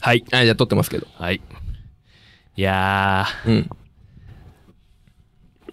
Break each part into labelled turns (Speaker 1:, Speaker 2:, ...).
Speaker 1: はい。
Speaker 2: はい、じゃあ撮ってますけど。
Speaker 1: はい。いや
Speaker 2: うん。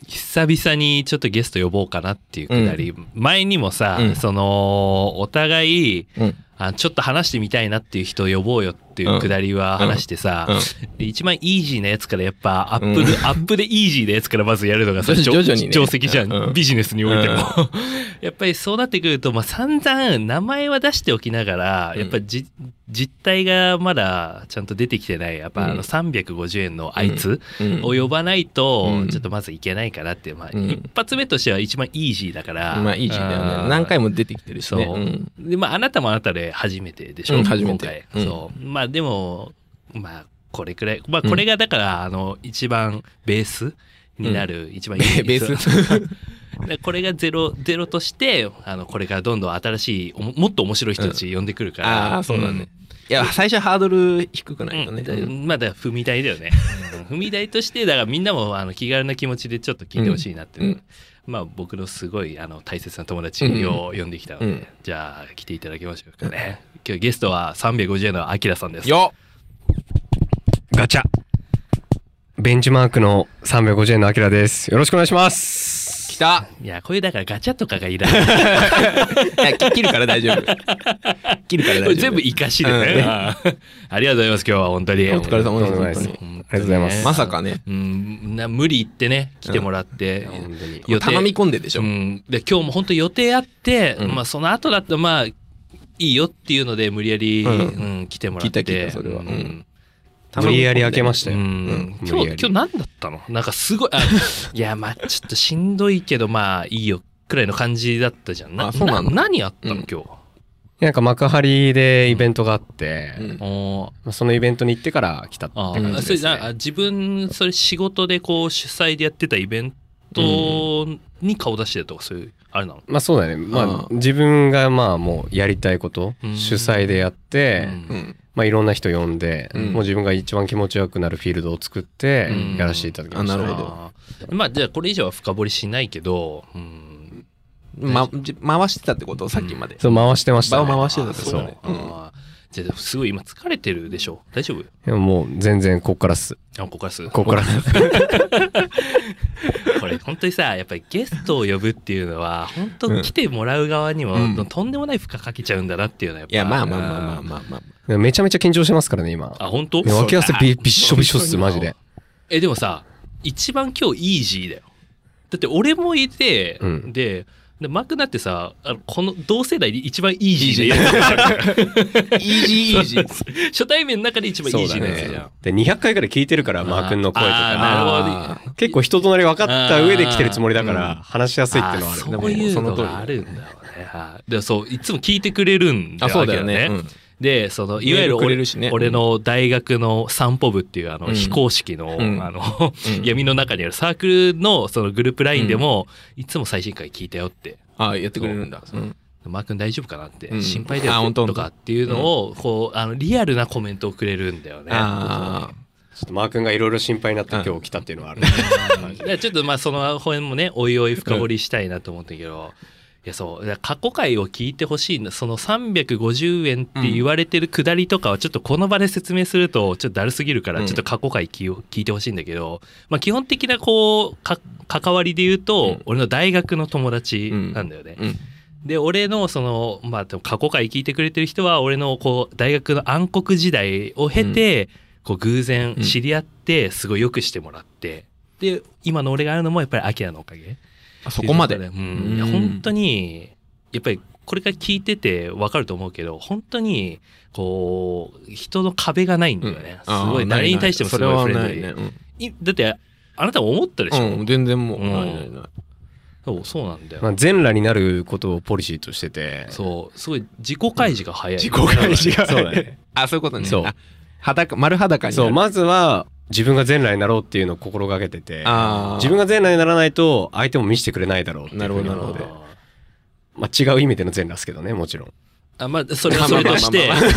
Speaker 1: ー、久々にちょっとゲスト呼ぼうかなっていうくだり、前にもさ、
Speaker 2: うん
Speaker 1: その、お互い、
Speaker 2: うん。
Speaker 1: あちょっと話してみたいなっていう人を呼ぼうよっていうくだりは話してさ、
Speaker 2: うんうん
Speaker 1: で一番イージーなやつからやっぱアップで、
Speaker 2: うん
Speaker 1: アップでイージーなやつからまずやるのがさ、
Speaker 2: 徐々にね
Speaker 1: 定石じゃん、
Speaker 2: うん
Speaker 1: ビジネスにおいても。
Speaker 2: うん
Speaker 1: やっぱりそうなってくると、まあ、散々名前は出しておきながら、
Speaker 2: うん
Speaker 1: やっぱじ実態がまだちゃんと出てきてない、やっぱあ
Speaker 2: うん
Speaker 1: の350円のあいつ、
Speaker 2: うん
Speaker 1: を呼ばないと
Speaker 2: うん
Speaker 1: ちょっとまずいけないかなって、まあ、
Speaker 2: うん
Speaker 1: 一発目としては一番イージーだから、
Speaker 2: まあ、いい時期だよね。何回も出てきてるしね。
Speaker 1: そう
Speaker 2: うん
Speaker 1: でまああなたもあなたで初めてでしょ、
Speaker 2: うん初めて
Speaker 1: 今回、
Speaker 2: うん
Speaker 1: そうまあでもまあこれくらいまあこれがだから、あの一番ベースになる、一番いい
Speaker 2: ベース
Speaker 1: そうでこれがゼロゼロとしてあのこれからどんどん新しいおももっと面白い人たち呼んでくるから、
Speaker 2: ああ、そうだね。いや、最初ハードル低くないとね。
Speaker 1: うんまあだから踏み台だよねうん踏み台としてだからみんなもあの気軽な気持ちでちょっと聞いてほしいなっていう、
Speaker 2: うん
Speaker 1: まあ僕のすごいあの大切な友達を呼んできたので、
Speaker 2: うん
Speaker 1: じゃあ来ていただきましょうかね今日ゲストは350円のあきらさんです
Speaker 2: よ
Speaker 3: ガチャベンチマークの350円のアキラです。よろしくお願いします
Speaker 2: 来た
Speaker 1: いやこういうだからガチャとかがいらな
Speaker 2: い
Speaker 1: い
Speaker 2: や切切るから大丈夫。 切るから 大丈
Speaker 1: こ
Speaker 2: 夫。
Speaker 1: れ全部生かしでね、
Speaker 2: うん
Speaker 1: あー ありがとうございます今日は本当に
Speaker 2: お疲れ
Speaker 3: お
Speaker 2: 様
Speaker 3: 疲れ様
Speaker 2: で
Speaker 3: ですす。
Speaker 2: 本当に。
Speaker 3: ありがとうございます。
Speaker 2: まさかね。
Speaker 1: うんな無理言ってね来てもらって、
Speaker 3: 本当に
Speaker 1: 予定
Speaker 2: 頼み込んででしょ
Speaker 1: う。ん、で今日も本当予定あって、
Speaker 2: うん
Speaker 1: まあその後だったらまあいいよっていうので無理やり、う
Speaker 2: うんん
Speaker 1: 来てもらって
Speaker 2: 聞いた聞いたそれは
Speaker 1: う
Speaker 2: うん
Speaker 1: ん
Speaker 3: 無理やり開けまし
Speaker 1: う
Speaker 3: たよ。
Speaker 1: ん
Speaker 3: うん
Speaker 1: 今
Speaker 3: 無
Speaker 1: 日
Speaker 3: 理
Speaker 1: 今
Speaker 3: やり
Speaker 1: 日何だったのなんかすごいあ いやまあちょっとしんどいけどまあいいよくらいの感じだったじゃん
Speaker 2: あそうなんだ
Speaker 1: 何あったの、
Speaker 2: うん
Speaker 1: 今日
Speaker 3: なんか幕張でイベントがあって、
Speaker 2: うん
Speaker 1: おー
Speaker 3: まあそのイベントに行ってから来たって
Speaker 1: あ
Speaker 3: 感
Speaker 1: ー、
Speaker 3: じ
Speaker 1: そ
Speaker 3: で
Speaker 1: れ
Speaker 3: す、
Speaker 1: じゃあ
Speaker 3: ね。
Speaker 1: 自分それ仕事でこう主催でやってたイベントに顔出してるとかそういうあれなの
Speaker 3: まあそうだね。ま
Speaker 2: あ
Speaker 3: あ自分がまあもうやりたいこと
Speaker 1: うん、
Speaker 3: 主催でやって、
Speaker 1: うん
Speaker 2: うん
Speaker 3: まあいろんな人呼んで、
Speaker 2: うん
Speaker 3: もう自分が一番気持ちよくなるフィールドを作って
Speaker 1: うん
Speaker 3: やらせていただきました、
Speaker 2: あなるほど
Speaker 1: あーまあじゃあこれ以上は深掘りしないけど、うん、
Speaker 2: ま、じ回してたってことさっきまで。
Speaker 3: そう回してまし
Speaker 2: 場
Speaker 3: た、
Speaker 2: を
Speaker 3: ね。
Speaker 2: 回してたってこ
Speaker 1: そ
Speaker 2: と
Speaker 1: う
Speaker 2: ね。うん
Speaker 1: あーじゃあすごい今疲れてるでしょ大丈夫
Speaker 3: でももう全然こっからっす。
Speaker 1: あここからす
Speaker 3: こっから。
Speaker 1: これ本当にさやっぱりゲストを呼ぶっていうのは本当来てもらう側にも、
Speaker 2: うん
Speaker 1: とんでもない負荷かけちゃうんだなっていうのはやっぱ
Speaker 2: いや、まあまあまあまあまあまあ。
Speaker 3: めちゃめちゃ緊張してますからね、今。
Speaker 1: あ本当
Speaker 3: ね脇汗びびっしょびしょっす、マジで。
Speaker 1: えでもさ一番今日イージーだよだって俺もいて、
Speaker 3: うん
Speaker 1: ででマクナってさあのこの同世代で一番イージーでやってる
Speaker 2: イージーイージ ー。
Speaker 1: 初対面の中で一番イージーなやつじゃん、
Speaker 3: で、200回ぐらい聞いてるから、マー君の声と
Speaker 1: あー
Speaker 3: か。
Speaker 1: なる
Speaker 2: あ
Speaker 1: ほど
Speaker 3: 結構人となり分かった上で来てるつもりだか
Speaker 2: あ
Speaker 3: ら、話しやすいっていうのはあ
Speaker 1: あ
Speaker 3: る。
Speaker 1: ー
Speaker 2: でも
Speaker 1: そういうの
Speaker 2: その通り
Speaker 1: があるんだよねはいでそういつも聞いてくれるんだ
Speaker 2: あ、
Speaker 1: よ
Speaker 2: そうだよ
Speaker 1: ア
Speaker 2: ね
Speaker 1: キラ。
Speaker 2: うん
Speaker 1: でそのいわゆ
Speaker 2: メー
Speaker 1: る
Speaker 2: ルくれ
Speaker 1: 俺
Speaker 2: るしね
Speaker 1: 俺の大学の散歩部っていうあの、
Speaker 2: うん
Speaker 1: 非公式の,、
Speaker 2: うん
Speaker 1: あの
Speaker 2: うん
Speaker 1: 闇の中にあるサークルのそのグループ LINE でも、いつも最新回聞いたよって
Speaker 2: あ、やってくれるんだ。うん
Speaker 1: マー君大丈夫かなって、
Speaker 2: うん
Speaker 1: 心配だ
Speaker 2: あ
Speaker 1: よ
Speaker 2: 本当
Speaker 1: とかっていうのを、こうあのリアルなコメントをくれるんだよね。
Speaker 2: ああ。
Speaker 3: ちょっとマー君がいろいろ心配になって今日来たっていうの はある。
Speaker 1: うんだからちょっとまあその辺もねおいおい深掘りしたいなと思ったけど、いやそうだから過去回を聞いてほしいなその350円って言われてるくだりとかはちょっとこの場で説明するとちょっとだるすぎるか
Speaker 2: う
Speaker 1: ら
Speaker 2: ん
Speaker 1: ちょっと過去回聞い聞いてほしいんだけど、まあ、基本的なこうか関わりで言うと、
Speaker 2: うん
Speaker 1: 俺の大学の友達なんだよね。
Speaker 2: うん。
Speaker 1: で俺のそのまあでも過去回聞いてくれてる人は俺のこう大学の暗黒時代を経て、こう偶然知り合ってすごいよくしてもらって、で今の俺があるのもやっぱりアキラのおかげ
Speaker 2: あそこまで。
Speaker 1: っていううところうんいや
Speaker 2: うん
Speaker 1: 本当にやっぱりこれから聞いててわかると思うけど本当にこう人の壁がないんだよね、
Speaker 2: ん
Speaker 1: すごい誰に対してもすごいフレンドリ
Speaker 2: それ
Speaker 1: ー
Speaker 2: はないね
Speaker 1: いだってあなたも思ったでしょ、
Speaker 2: うんうん。全然もう、
Speaker 1: うん
Speaker 2: ないないない。
Speaker 1: そうそうなんだよ、
Speaker 3: まあ全裸になることをポリシーとしてて。
Speaker 1: そうすごい自己開示が早い、
Speaker 2: 自己開示 が。
Speaker 3: そうだね。
Speaker 2: あ、そういうことね。
Speaker 3: そう
Speaker 2: あ。裸、丸裸になる。
Speaker 3: そう、まずは自分が全裸になろうっていうのを心がけてて。
Speaker 2: あー
Speaker 3: 自分が全裸にならないと相手も見せてくれないだろうっていうふうに
Speaker 2: なる
Speaker 3: 思
Speaker 2: ほ
Speaker 3: うの
Speaker 2: どな
Speaker 3: で
Speaker 2: る
Speaker 3: まあ違う意味での全裸ですけどねもちろん
Speaker 1: あまあそれはそれとして
Speaker 2: まあま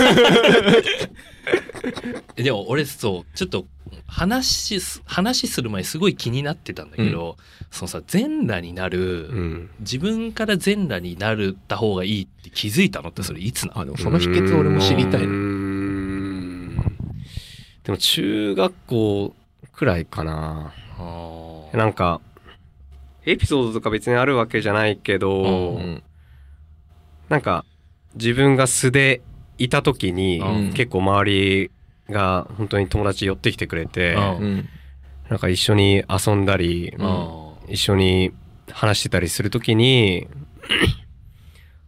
Speaker 2: あ
Speaker 1: でも俺そうちょっと話し話する前すごい気になってたんだけど、そのさ全裸になる、
Speaker 3: うん
Speaker 1: 自分から全裸になるった方がいいって気づいたのってそれいつなの
Speaker 2: あ、でもその秘訣俺も知りたいな。
Speaker 3: うーんでも中学校くらいかな。
Speaker 1: あー
Speaker 3: なんか、エピソードとか別にあるわけじゃないけど、
Speaker 1: うん
Speaker 2: うん
Speaker 3: なんか自分が素でいた時に、
Speaker 1: うん
Speaker 3: 結構周りが本当に友達寄ってきてくれて、
Speaker 1: うん
Speaker 2: うん
Speaker 3: なんか一緒に遊んだり、
Speaker 2: うん
Speaker 1: あ
Speaker 3: 一緒に話してたりする時に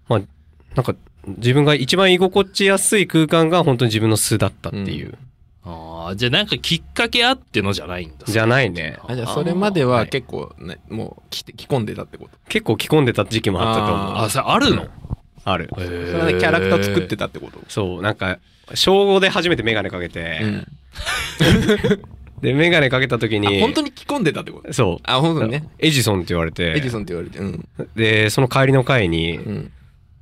Speaker 3: まあなんか自分が一番居心地やすい空間が本当に自分の素だったっていう、
Speaker 1: ーあーじゃあなんかきっかけあってのじゃないんだ
Speaker 3: じゃないね
Speaker 2: あじゃあそれまで
Speaker 3: は
Speaker 2: はい結構ね、もう着て着込んでたってこと
Speaker 3: 結構着込んでた時期もあったと思う
Speaker 1: あーそれあるの、
Speaker 3: うんある
Speaker 1: へー
Speaker 2: それはねキャラクター作ってたってこと
Speaker 3: そうなんか小5で初めて眼鏡かけて、
Speaker 2: うん
Speaker 3: で眼鏡かけた時
Speaker 2: あ
Speaker 3: に
Speaker 2: 本当に着込んでたってこと
Speaker 3: そう
Speaker 2: あ本当にね
Speaker 3: エジソンって言われて
Speaker 2: エジソンって言われてうん
Speaker 3: でその帰りの会に
Speaker 2: うん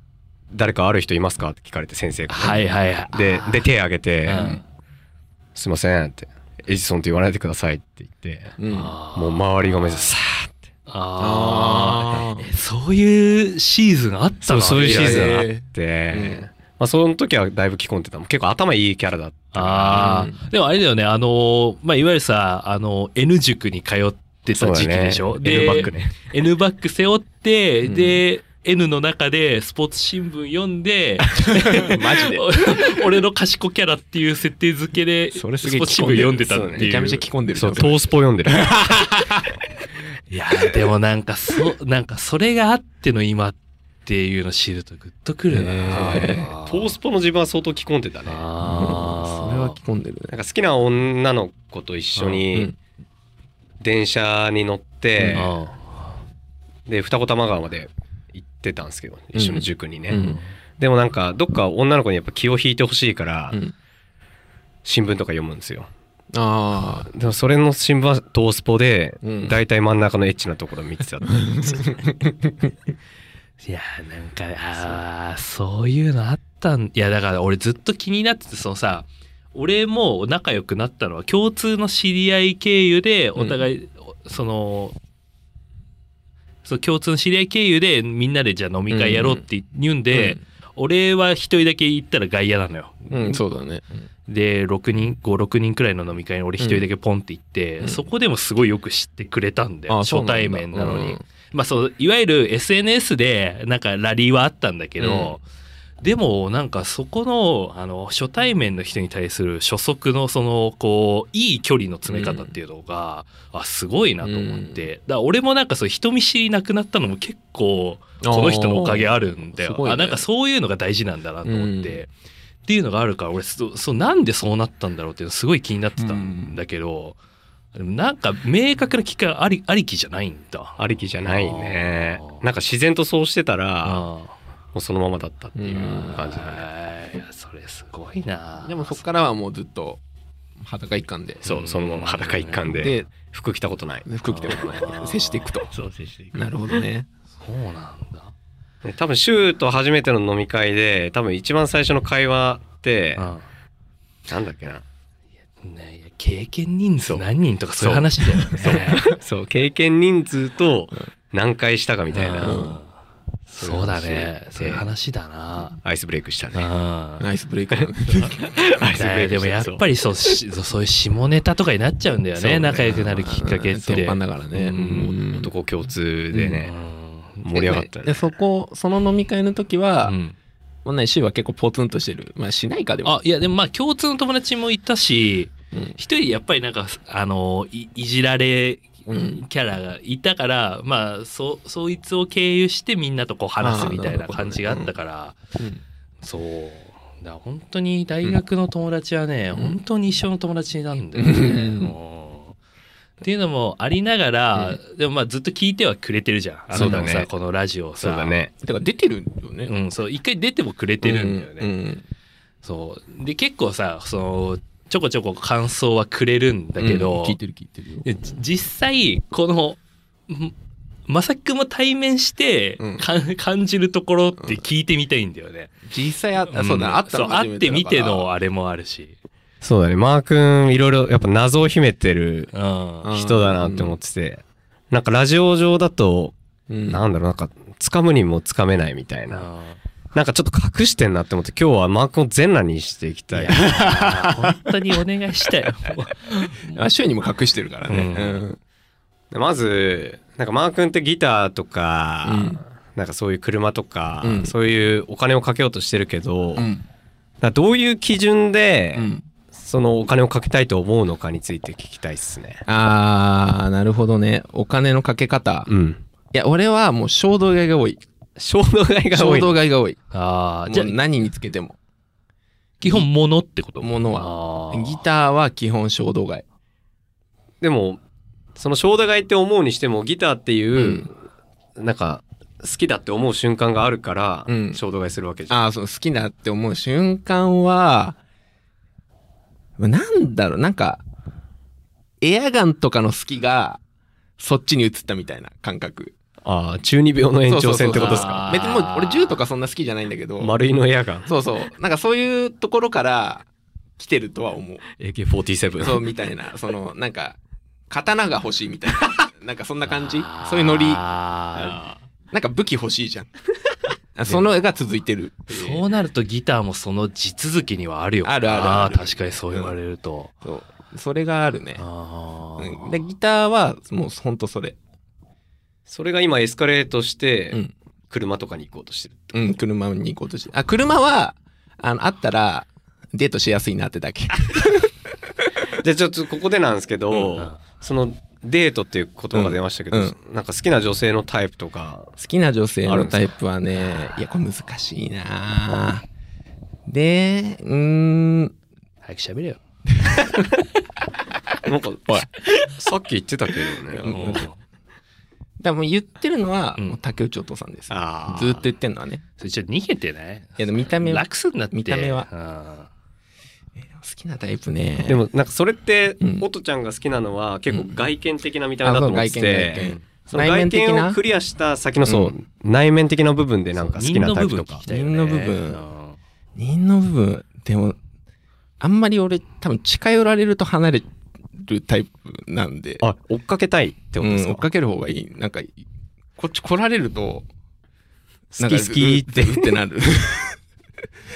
Speaker 3: 「誰かある人いますか?」って聞かれて先生が、
Speaker 1: はいはいはい
Speaker 3: で
Speaker 1: あー
Speaker 3: で手挙げて
Speaker 1: うん
Speaker 3: 「すいません」って「エジソンって言わないでください」って言って
Speaker 2: うん
Speaker 1: あー
Speaker 3: もう周りがめっちゃさーって
Speaker 1: あ
Speaker 2: あ
Speaker 1: ーえそういうシーズンあった
Speaker 3: そう
Speaker 1: の
Speaker 3: そういうシーズンがあっ
Speaker 2: ー
Speaker 3: て、まあ、その時はだいぶ着込んでたもん結構頭いいキャラだった
Speaker 1: ああ、
Speaker 2: う
Speaker 1: でもあれだよね、あのー、まあ、いわゆるさ、あの、N 塾に通ってた時期でしょ、
Speaker 3: そうだね
Speaker 1: で
Speaker 3: N バックね
Speaker 1: N バッグ背負って、
Speaker 2: うん
Speaker 1: で、N の中でスポーツ新聞読んで、
Speaker 2: マジで
Speaker 1: 俺の賢キャラっていう設定付けで、スポ
Speaker 2: そ
Speaker 1: ー
Speaker 2: れ
Speaker 1: ツ
Speaker 2: すげえ着
Speaker 1: 新
Speaker 2: 込んで
Speaker 1: 聞
Speaker 2: る
Speaker 1: 読んでたっていう。
Speaker 2: めちゃめちゃ着込んでる
Speaker 3: そうトースポ読んでる
Speaker 1: いやー、でもなんか、そ、なんかそれがあっての今っていうの知るとグッとくるな、
Speaker 2: ね
Speaker 1: あ
Speaker 3: トースポの自分は相当着込んでたねな
Speaker 1: あ
Speaker 2: そ
Speaker 1: ー
Speaker 2: れは着込んでる
Speaker 3: んか好きな女の子と一緒
Speaker 2: ね
Speaker 3: に電車に乗って、
Speaker 1: あ
Speaker 3: で二子玉川まで行ってたんですけど一緒に塾にね、
Speaker 2: うん
Speaker 1: ー
Speaker 3: でもなんかどっか女の子にやっぱ気を引いてほしいから、
Speaker 2: うん
Speaker 3: 新聞とか読むんですよ
Speaker 2: ああ
Speaker 3: でもそれの新聞はトースポで、
Speaker 2: うん
Speaker 3: 大体真ん中のエッチなところ見て たっていう
Speaker 1: いやーなんかあーそういうのあったんいやだから俺ずっと気になっててそのさ俺も仲良くなったのは共通の知り合い経由でお互い、そのそう共通の知り合い経由でみんなでじゃあ飲み会やろうって言うんで、俺は一人だけ行ったら外野なのよ。
Speaker 2: うんうんそうだね
Speaker 1: で6人56人くらいの飲み会に俺一人だけポンって行って、
Speaker 2: うん
Speaker 1: そこでもすごいよく知ってくれたんで
Speaker 2: あーそうな
Speaker 1: 初
Speaker 2: んだ
Speaker 1: 対面なのに、
Speaker 2: うん
Speaker 1: まあそういわゆる SNS でなんかラリーはあったんだけど、でもなんかそこのあの初対面の人に対する初速のそのこういい距離の詰め方っていうのが、あすごいなと思って、だから俺もなんかそう人見知りなくなったのも結構この人のおかげあるんだよ
Speaker 2: あーすごいね
Speaker 1: あなんかそういうのが大事なんだなと思って、っていうのがあるから俺そそうなんでそうなったんだろうっていうのすごい気になってたんだけど、でもなんか明確な期間ありありきじゃないんだ。
Speaker 3: ありきじゃないね
Speaker 1: あー
Speaker 3: なんか自然とそうしてたらも
Speaker 1: あー
Speaker 3: うそのままだったっていう感じだね
Speaker 1: へーいやそれすごいな
Speaker 2: でもそっからはもうずっと裸一貫で
Speaker 3: そうそのまま裸一貫で
Speaker 2: で
Speaker 3: 服着たことない
Speaker 2: 服着てもらわない接していくと
Speaker 3: そう接してい
Speaker 2: なるほどね
Speaker 1: そうなんだ
Speaker 3: 多分シューと初めての飲み会で多分一番最初の会話ってなんだっけな
Speaker 1: ねいや経験人数何人とかそういう話だよね
Speaker 3: そう経験人数と何回したかみ
Speaker 1: み
Speaker 3: たい
Speaker 2: うん
Speaker 3: な
Speaker 1: そうだね
Speaker 3: そ
Speaker 1: そううい
Speaker 3: い
Speaker 1: うう話
Speaker 3: 話
Speaker 1: だな
Speaker 3: アイスブレイクしたね
Speaker 1: うん
Speaker 2: ナイスブレイクだね
Speaker 3: アイスブ
Speaker 1: だ
Speaker 3: レ
Speaker 1: よ
Speaker 3: イ
Speaker 1: でも
Speaker 3: クした
Speaker 1: やっぱりそうしそうそういう下ネタとかになっちゃうんだよ
Speaker 3: そう
Speaker 1: ね
Speaker 3: ね
Speaker 1: 仲良くなるきっかけっ
Speaker 2: そう
Speaker 1: て
Speaker 2: パンだからね
Speaker 1: うん
Speaker 2: うん
Speaker 3: 男共通で
Speaker 1: う
Speaker 3: ね
Speaker 1: ん
Speaker 3: 盛り上がった
Speaker 2: で
Speaker 3: ね
Speaker 2: そこその飲み会の時は
Speaker 1: うん
Speaker 2: もうねシーは結構ポツンとしてるまあしないかでも
Speaker 1: あいやでもまあ共通の友達もいたし
Speaker 2: うん
Speaker 1: 一人やっぱりなんかあのいいじられ
Speaker 2: うん
Speaker 1: キャラがいたからまあそそいつを経由してみんなとこう話すみたいな感じがあったから、
Speaker 2: うん
Speaker 1: そうだから本当に大学の友達はね、
Speaker 2: うん
Speaker 1: 本当に一生の友達なんだよね。
Speaker 2: うん
Speaker 1: もうっていうのもありながら、でもまあずっと聞いてはくれてるじゃんあなたも
Speaker 3: そうだ
Speaker 1: さ、
Speaker 3: ね
Speaker 1: このラジオをさ
Speaker 3: そうだね
Speaker 2: てか出てるよね
Speaker 1: うん、そう一回出てもくれてるんだよね。
Speaker 2: ね
Speaker 1: そうで結構さそのちょこちょこ感想はくれるんだけど、
Speaker 2: 聞いてる聞いてるよ
Speaker 1: でじ実際このんまさきくんも対面して、
Speaker 2: うん
Speaker 1: かん感じるところって聞いてみたいんだよね。
Speaker 2: 実際あったそう
Speaker 1: うん
Speaker 2: だあった
Speaker 1: そう
Speaker 2: の初
Speaker 1: 会っ
Speaker 2: め
Speaker 1: て
Speaker 2: だから
Speaker 1: みてのあれもあるし。
Speaker 3: そうだねマー君いろいろやっぱ謎を秘めてる
Speaker 1: うん。あ
Speaker 3: 人だなって思っててなんかラジオ上だと
Speaker 2: うん
Speaker 3: なんだろうなんか掴むにも掴めないみたいな
Speaker 1: ー
Speaker 3: なんかちょっと隠してんなって思って、今日はマークを全裸にしていきたい。
Speaker 1: 本当にお願いし たよ。
Speaker 2: あ周囲にも隠してるからね。
Speaker 1: う
Speaker 2: うん
Speaker 3: でまず、なんかマー君ってギターとか、
Speaker 2: うん
Speaker 3: なんかそういう車とか、
Speaker 2: うん
Speaker 3: そういうお金をかけようとしてるけど、
Speaker 2: う
Speaker 3: だか
Speaker 2: ん。
Speaker 3: らどういう基準で、
Speaker 2: うん。
Speaker 3: そのお金をかけたいと思うのかについて聞きたいっすね。
Speaker 2: あー、なるほどね。お金のかけ方。い
Speaker 3: うん。
Speaker 2: や、俺はもう衝動買いが多い。
Speaker 3: 衝動買いが多
Speaker 2: 衝
Speaker 3: い。
Speaker 2: 動買いが多い。
Speaker 1: ああ、じ
Speaker 2: じ
Speaker 1: ゃ
Speaker 2: ゃ
Speaker 1: あ
Speaker 2: 何につけても。
Speaker 1: 基本物ってこと
Speaker 2: 物
Speaker 1: は
Speaker 2: ギターは基本衝動買い。
Speaker 3: でも、その衝動買いって思うにしても、ギターっていう、なんか、好きだって思う瞬間があるから、
Speaker 2: うん
Speaker 3: 衝動買いするわけじゃん。
Speaker 2: あー、そう、好きだって思う瞬間は、なんだろう、なんか、エアガンとかの好きが、そっちに移ったみたいな感覚。
Speaker 3: ああ、中二病の延長線ってことですか。
Speaker 1: か
Speaker 2: そうそうそう別にもう俺銃とかそんな好きじゃないんだけど、
Speaker 3: 丸いの矢が。
Speaker 2: そうそう。なんかそういうところから来てるとは思う。
Speaker 3: AK47。
Speaker 2: そうみたいな、その、なんか、刀が欲しいみたいな。 なんかそんな感じ
Speaker 1: あー
Speaker 2: そういうノリ。な
Speaker 1: あ
Speaker 2: んか武器欲しいじゃん。 あその絵が続いてる。
Speaker 1: ーそうなるとギターもその地続きにはあるよ。
Speaker 2: あるあるある
Speaker 1: ー確かにそう言われると。
Speaker 2: そう。それがあるね。
Speaker 1: あ
Speaker 2: うん
Speaker 1: ー
Speaker 2: で、ギターは、もうほんとそれ。
Speaker 3: それが今エスカレートして、
Speaker 2: うん
Speaker 3: 車とかに行こうとしてる。
Speaker 2: うん、車に行こうとして。あ、車は、あの、あったら、デートしやすいなってだけ。
Speaker 3: で、ちょっとここでなんですけど、
Speaker 1: うん
Speaker 3: そのデートっていう言葉が出ましたけど、
Speaker 2: うん
Speaker 3: なんか好きな女性のタイプとか、
Speaker 2: 好きな女性
Speaker 3: ある
Speaker 2: の
Speaker 3: んです
Speaker 2: タイプはね、いや、これ難しいなで、うーん、
Speaker 1: 早く喋れよ。
Speaker 3: なんか、さっき言ってたけどね。
Speaker 2: だからもう言ってるのは、
Speaker 1: うん
Speaker 2: もう竹内お父さんです。
Speaker 3: あ
Speaker 2: ずーっと言ってるのはね。
Speaker 1: それちょっと逃げてない
Speaker 2: いや、でも見た目は、好
Speaker 1: 楽すんなって。
Speaker 2: 見た目は
Speaker 1: は。
Speaker 2: きなタイプね。
Speaker 3: でもなんかそれって
Speaker 2: うん、
Speaker 3: おとちゃんが好きなのは結構外見的な見た目
Speaker 2: あ、
Speaker 3: だと
Speaker 2: そう
Speaker 3: 思って
Speaker 2: 外見外
Speaker 3: て
Speaker 2: 見、。
Speaker 3: その
Speaker 2: 内
Speaker 3: 外
Speaker 2: 面的
Speaker 3: 見を
Speaker 2: な
Speaker 3: クリアした先のそうう、内面的な部分でなんか好きなタイプと
Speaker 1: そう
Speaker 3: か。
Speaker 1: 人の部分聞きたい
Speaker 2: 人
Speaker 1: よね
Speaker 2: の人の部分、でも、あんまり俺、多分近寄られると離れるタイプなんで、
Speaker 3: あ、追っかけたいってこと
Speaker 2: う
Speaker 3: で
Speaker 2: ん、
Speaker 3: す
Speaker 2: 追っ
Speaker 3: か
Speaker 2: かける方がいい。なんか、こっち来られると、
Speaker 3: 好き好きって
Speaker 2: なんかううってなる。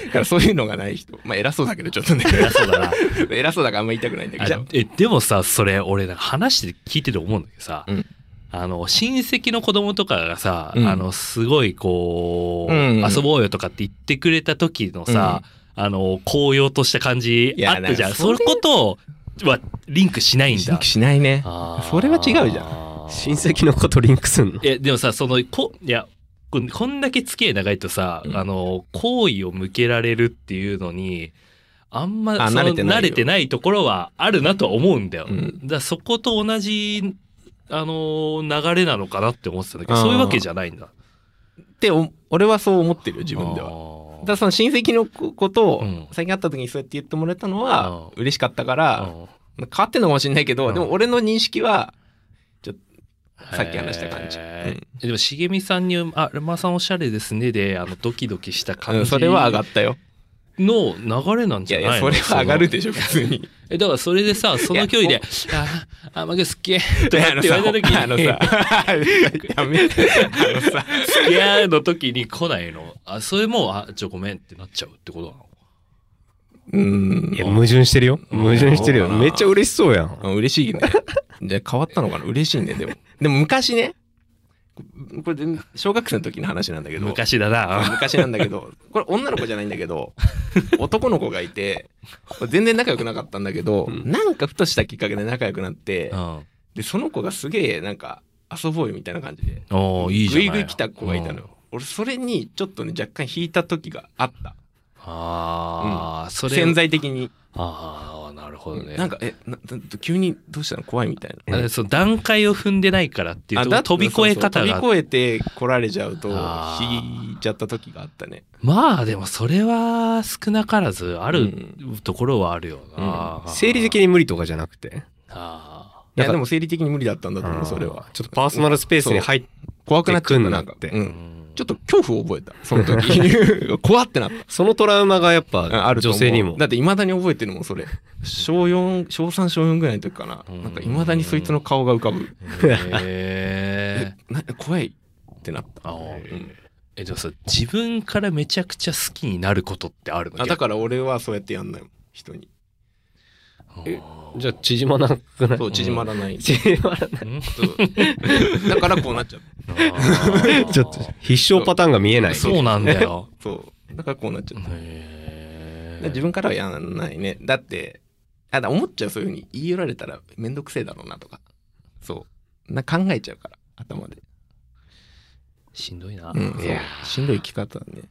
Speaker 2: だからそういうのがない人。まあ偉そうだけど、ちょっとね。
Speaker 1: 偉そうだな。
Speaker 2: 偉そうだからあんま言いたくないんだけど。
Speaker 1: あえでもさそれ俺なんか話して聞いてて思うんだけどさ、
Speaker 2: うん
Speaker 1: あの親戚の子供とかがさ、
Speaker 2: うん
Speaker 1: あのすごいこう、
Speaker 2: うん
Speaker 1: 遊ぼうよとかって言ってくれた時のさ、あの高揚とした感じ
Speaker 2: いや
Speaker 1: あったじゃん
Speaker 2: だか
Speaker 1: そ
Speaker 2: らそれ
Speaker 1: のことはリンクしないん
Speaker 2: 新
Speaker 1: だ
Speaker 2: 規しないね。
Speaker 1: あー
Speaker 2: それは違うじゃ
Speaker 3: 親戚のことリンクすんの
Speaker 1: えでもさそのこいやここんだけ付き合い長いとさ、
Speaker 2: うん
Speaker 1: あの好意を向けられるっていうのにあんま
Speaker 2: あ
Speaker 1: その
Speaker 2: 慣れてないよ
Speaker 1: 慣れてないところはあるなとは思うんだよ、
Speaker 2: うん
Speaker 1: だからそこと同じあの流れなのかなって思ってたんだけど
Speaker 2: あー
Speaker 1: そういうわけじゃないんだ
Speaker 2: ってお俺はそう思ってるよ自分では。
Speaker 1: は
Speaker 2: ただその親戚の子ことを
Speaker 1: うん
Speaker 2: 最近会った時にそうやって言ってもらえたの
Speaker 1: うん
Speaker 2: は嬉しかったから変わってんのかもしれないけ
Speaker 1: う
Speaker 2: ど
Speaker 1: ん
Speaker 2: でも俺の認識はちょっとさっき話した感じ。
Speaker 1: へーでも茂みさんに「あルマさんおしゃれですね」であのドキドキした
Speaker 2: うんう
Speaker 1: 感
Speaker 2: ん
Speaker 1: じ
Speaker 2: それは上がったよ。
Speaker 1: の流れなん
Speaker 2: い
Speaker 1: じ
Speaker 2: や
Speaker 1: ゃ
Speaker 2: い
Speaker 1: ないの
Speaker 2: やそれは上がるでしょ普通に。
Speaker 1: え、だからそれでさ、その距離
Speaker 2: い
Speaker 1: で
Speaker 2: や、
Speaker 1: あ、あ、まげすっげえ、 とかって言われた時に、
Speaker 2: あ のさあの さやめてあのさ
Speaker 1: すげえの時に来ないの。あ、それもう、あ、ちょ、ごめんってなっちゃうってことなの
Speaker 2: うん
Speaker 3: いや、矛盾してるよ。矛盾してるよ。
Speaker 2: うん
Speaker 3: めっちゃ嬉しそうやん。
Speaker 2: うん嬉しい ね。で変わったのかな嬉しいねでも。でも昔ねこれ全然小学生の時の話なんだけど。
Speaker 1: 昔だな。
Speaker 2: 昔なんだけど、これ女の子じゃないんだけど、男の子がいて、全然仲良くなかったんだけど、
Speaker 3: うん
Speaker 2: なんかふとしたきっかけで仲良くなって
Speaker 1: う、ん。
Speaker 2: で、その子がすげえなんか遊ぼうよみたいな感じで、
Speaker 1: おーいいじゃ
Speaker 2: ぐ
Speaker 1: ない
Speaker 2: いぐい来た子がいたの。よ。俺、それにちょっとね、若干引いた時があった。
Speaker 1: ああ、それ。
Speaker 2: 潜在的に。
Speaker 1: ああ、なるほどね。
Speaker 2: なんか、え、なな急にどうしたの怖いみたい
Speaker 1: あ、
Speaker 2: な。
Speaker 1: その段階を踏んでないからっていう
Speaker 2: あ
Speaker 1: と
Speaker 2: だ
Speaker 1: 飛び越え方
Speaker 2: そう
Speaker 1: が
Speaker 2: そう。飛び越えて来られちゃうと
Speaker 1: あー
Speaker 2: 引いちゃった時があったね、
Speaker 1: まあ、でもそれは少なからずあ
Speaker 2: う
Speaker 1: る
Speaker 2: ん
Speaker 1: ところはあるよな。
Speaker 3: 生理的に無理とかじゃなくて。
Speaker 1: あ
Speaker 2: い
Speaker 3: な
Speaker 2: や
Speaker 3: んか
Speaker 2: でも生理的に無理だったんだと思
Speaker 3: うん
Speaker 2: うそれは
Speaker 3: ちょっとパーソナルスペースに入っ
Speaker 2: 怖くなっちゃった
Speaker 3: で
Speaker 2: なんか
Speaker 3: 来んなって
Speaker 2: うん
Speaker 1: ー、うん
Speaker 2: ちょっと恐怖を覚えた、その時。怖ってなった。
Speaker 3: そのトラウマがやっぱ
Speaker 2: あると
Speaker 3: 女
Speaker 2: 思う
Speaker 3: 性にも
Speaker 2: だって未だに覚えてるもん、それ。小4、小3、小4ぐらいの時かな
Speaker 1: う。ん
Speaker 2: なんか未だにそいつの顔が浮かぶ。
Speaker 1: へえ。
Speaker 2: な怖いってなった。
Speaker 1: ああ
Speaker 2: うん
Speaker 1: えじゃあさ自分からめちゃくちゃ好きになることってあるの
Speaker 2: あだから俺はそうやってやんないもん人に
Speaker 1: ら
Speaker 3: えじゃあ縮まなくない
Speaker 2: そう縮まらない、
Speaker 3: 縮まら
Speaker 1: うん
Speaker 2: そうだからこうなっちゃう
Speaker 1: あー
Speaker 3: ちょっと必勝パターンが見えない。
Speaker 1: そうなんだ よ。
Speaker 2: そうだからこうなっちゃうだか
Speaker 1: へ
Speaker 2: ら自
Speaker 1: ー
Speaker 2: 分からはやんないねだってあだから思っちゃうそういうふうに言い寄られたらめんどくせえだろうなとかそうな考えちゃうから頭で、
Speaker 1: しんどいな。
Speaker 2: うん、そう
Speaker 3: いや
Speaker 2: しんどい生き方ね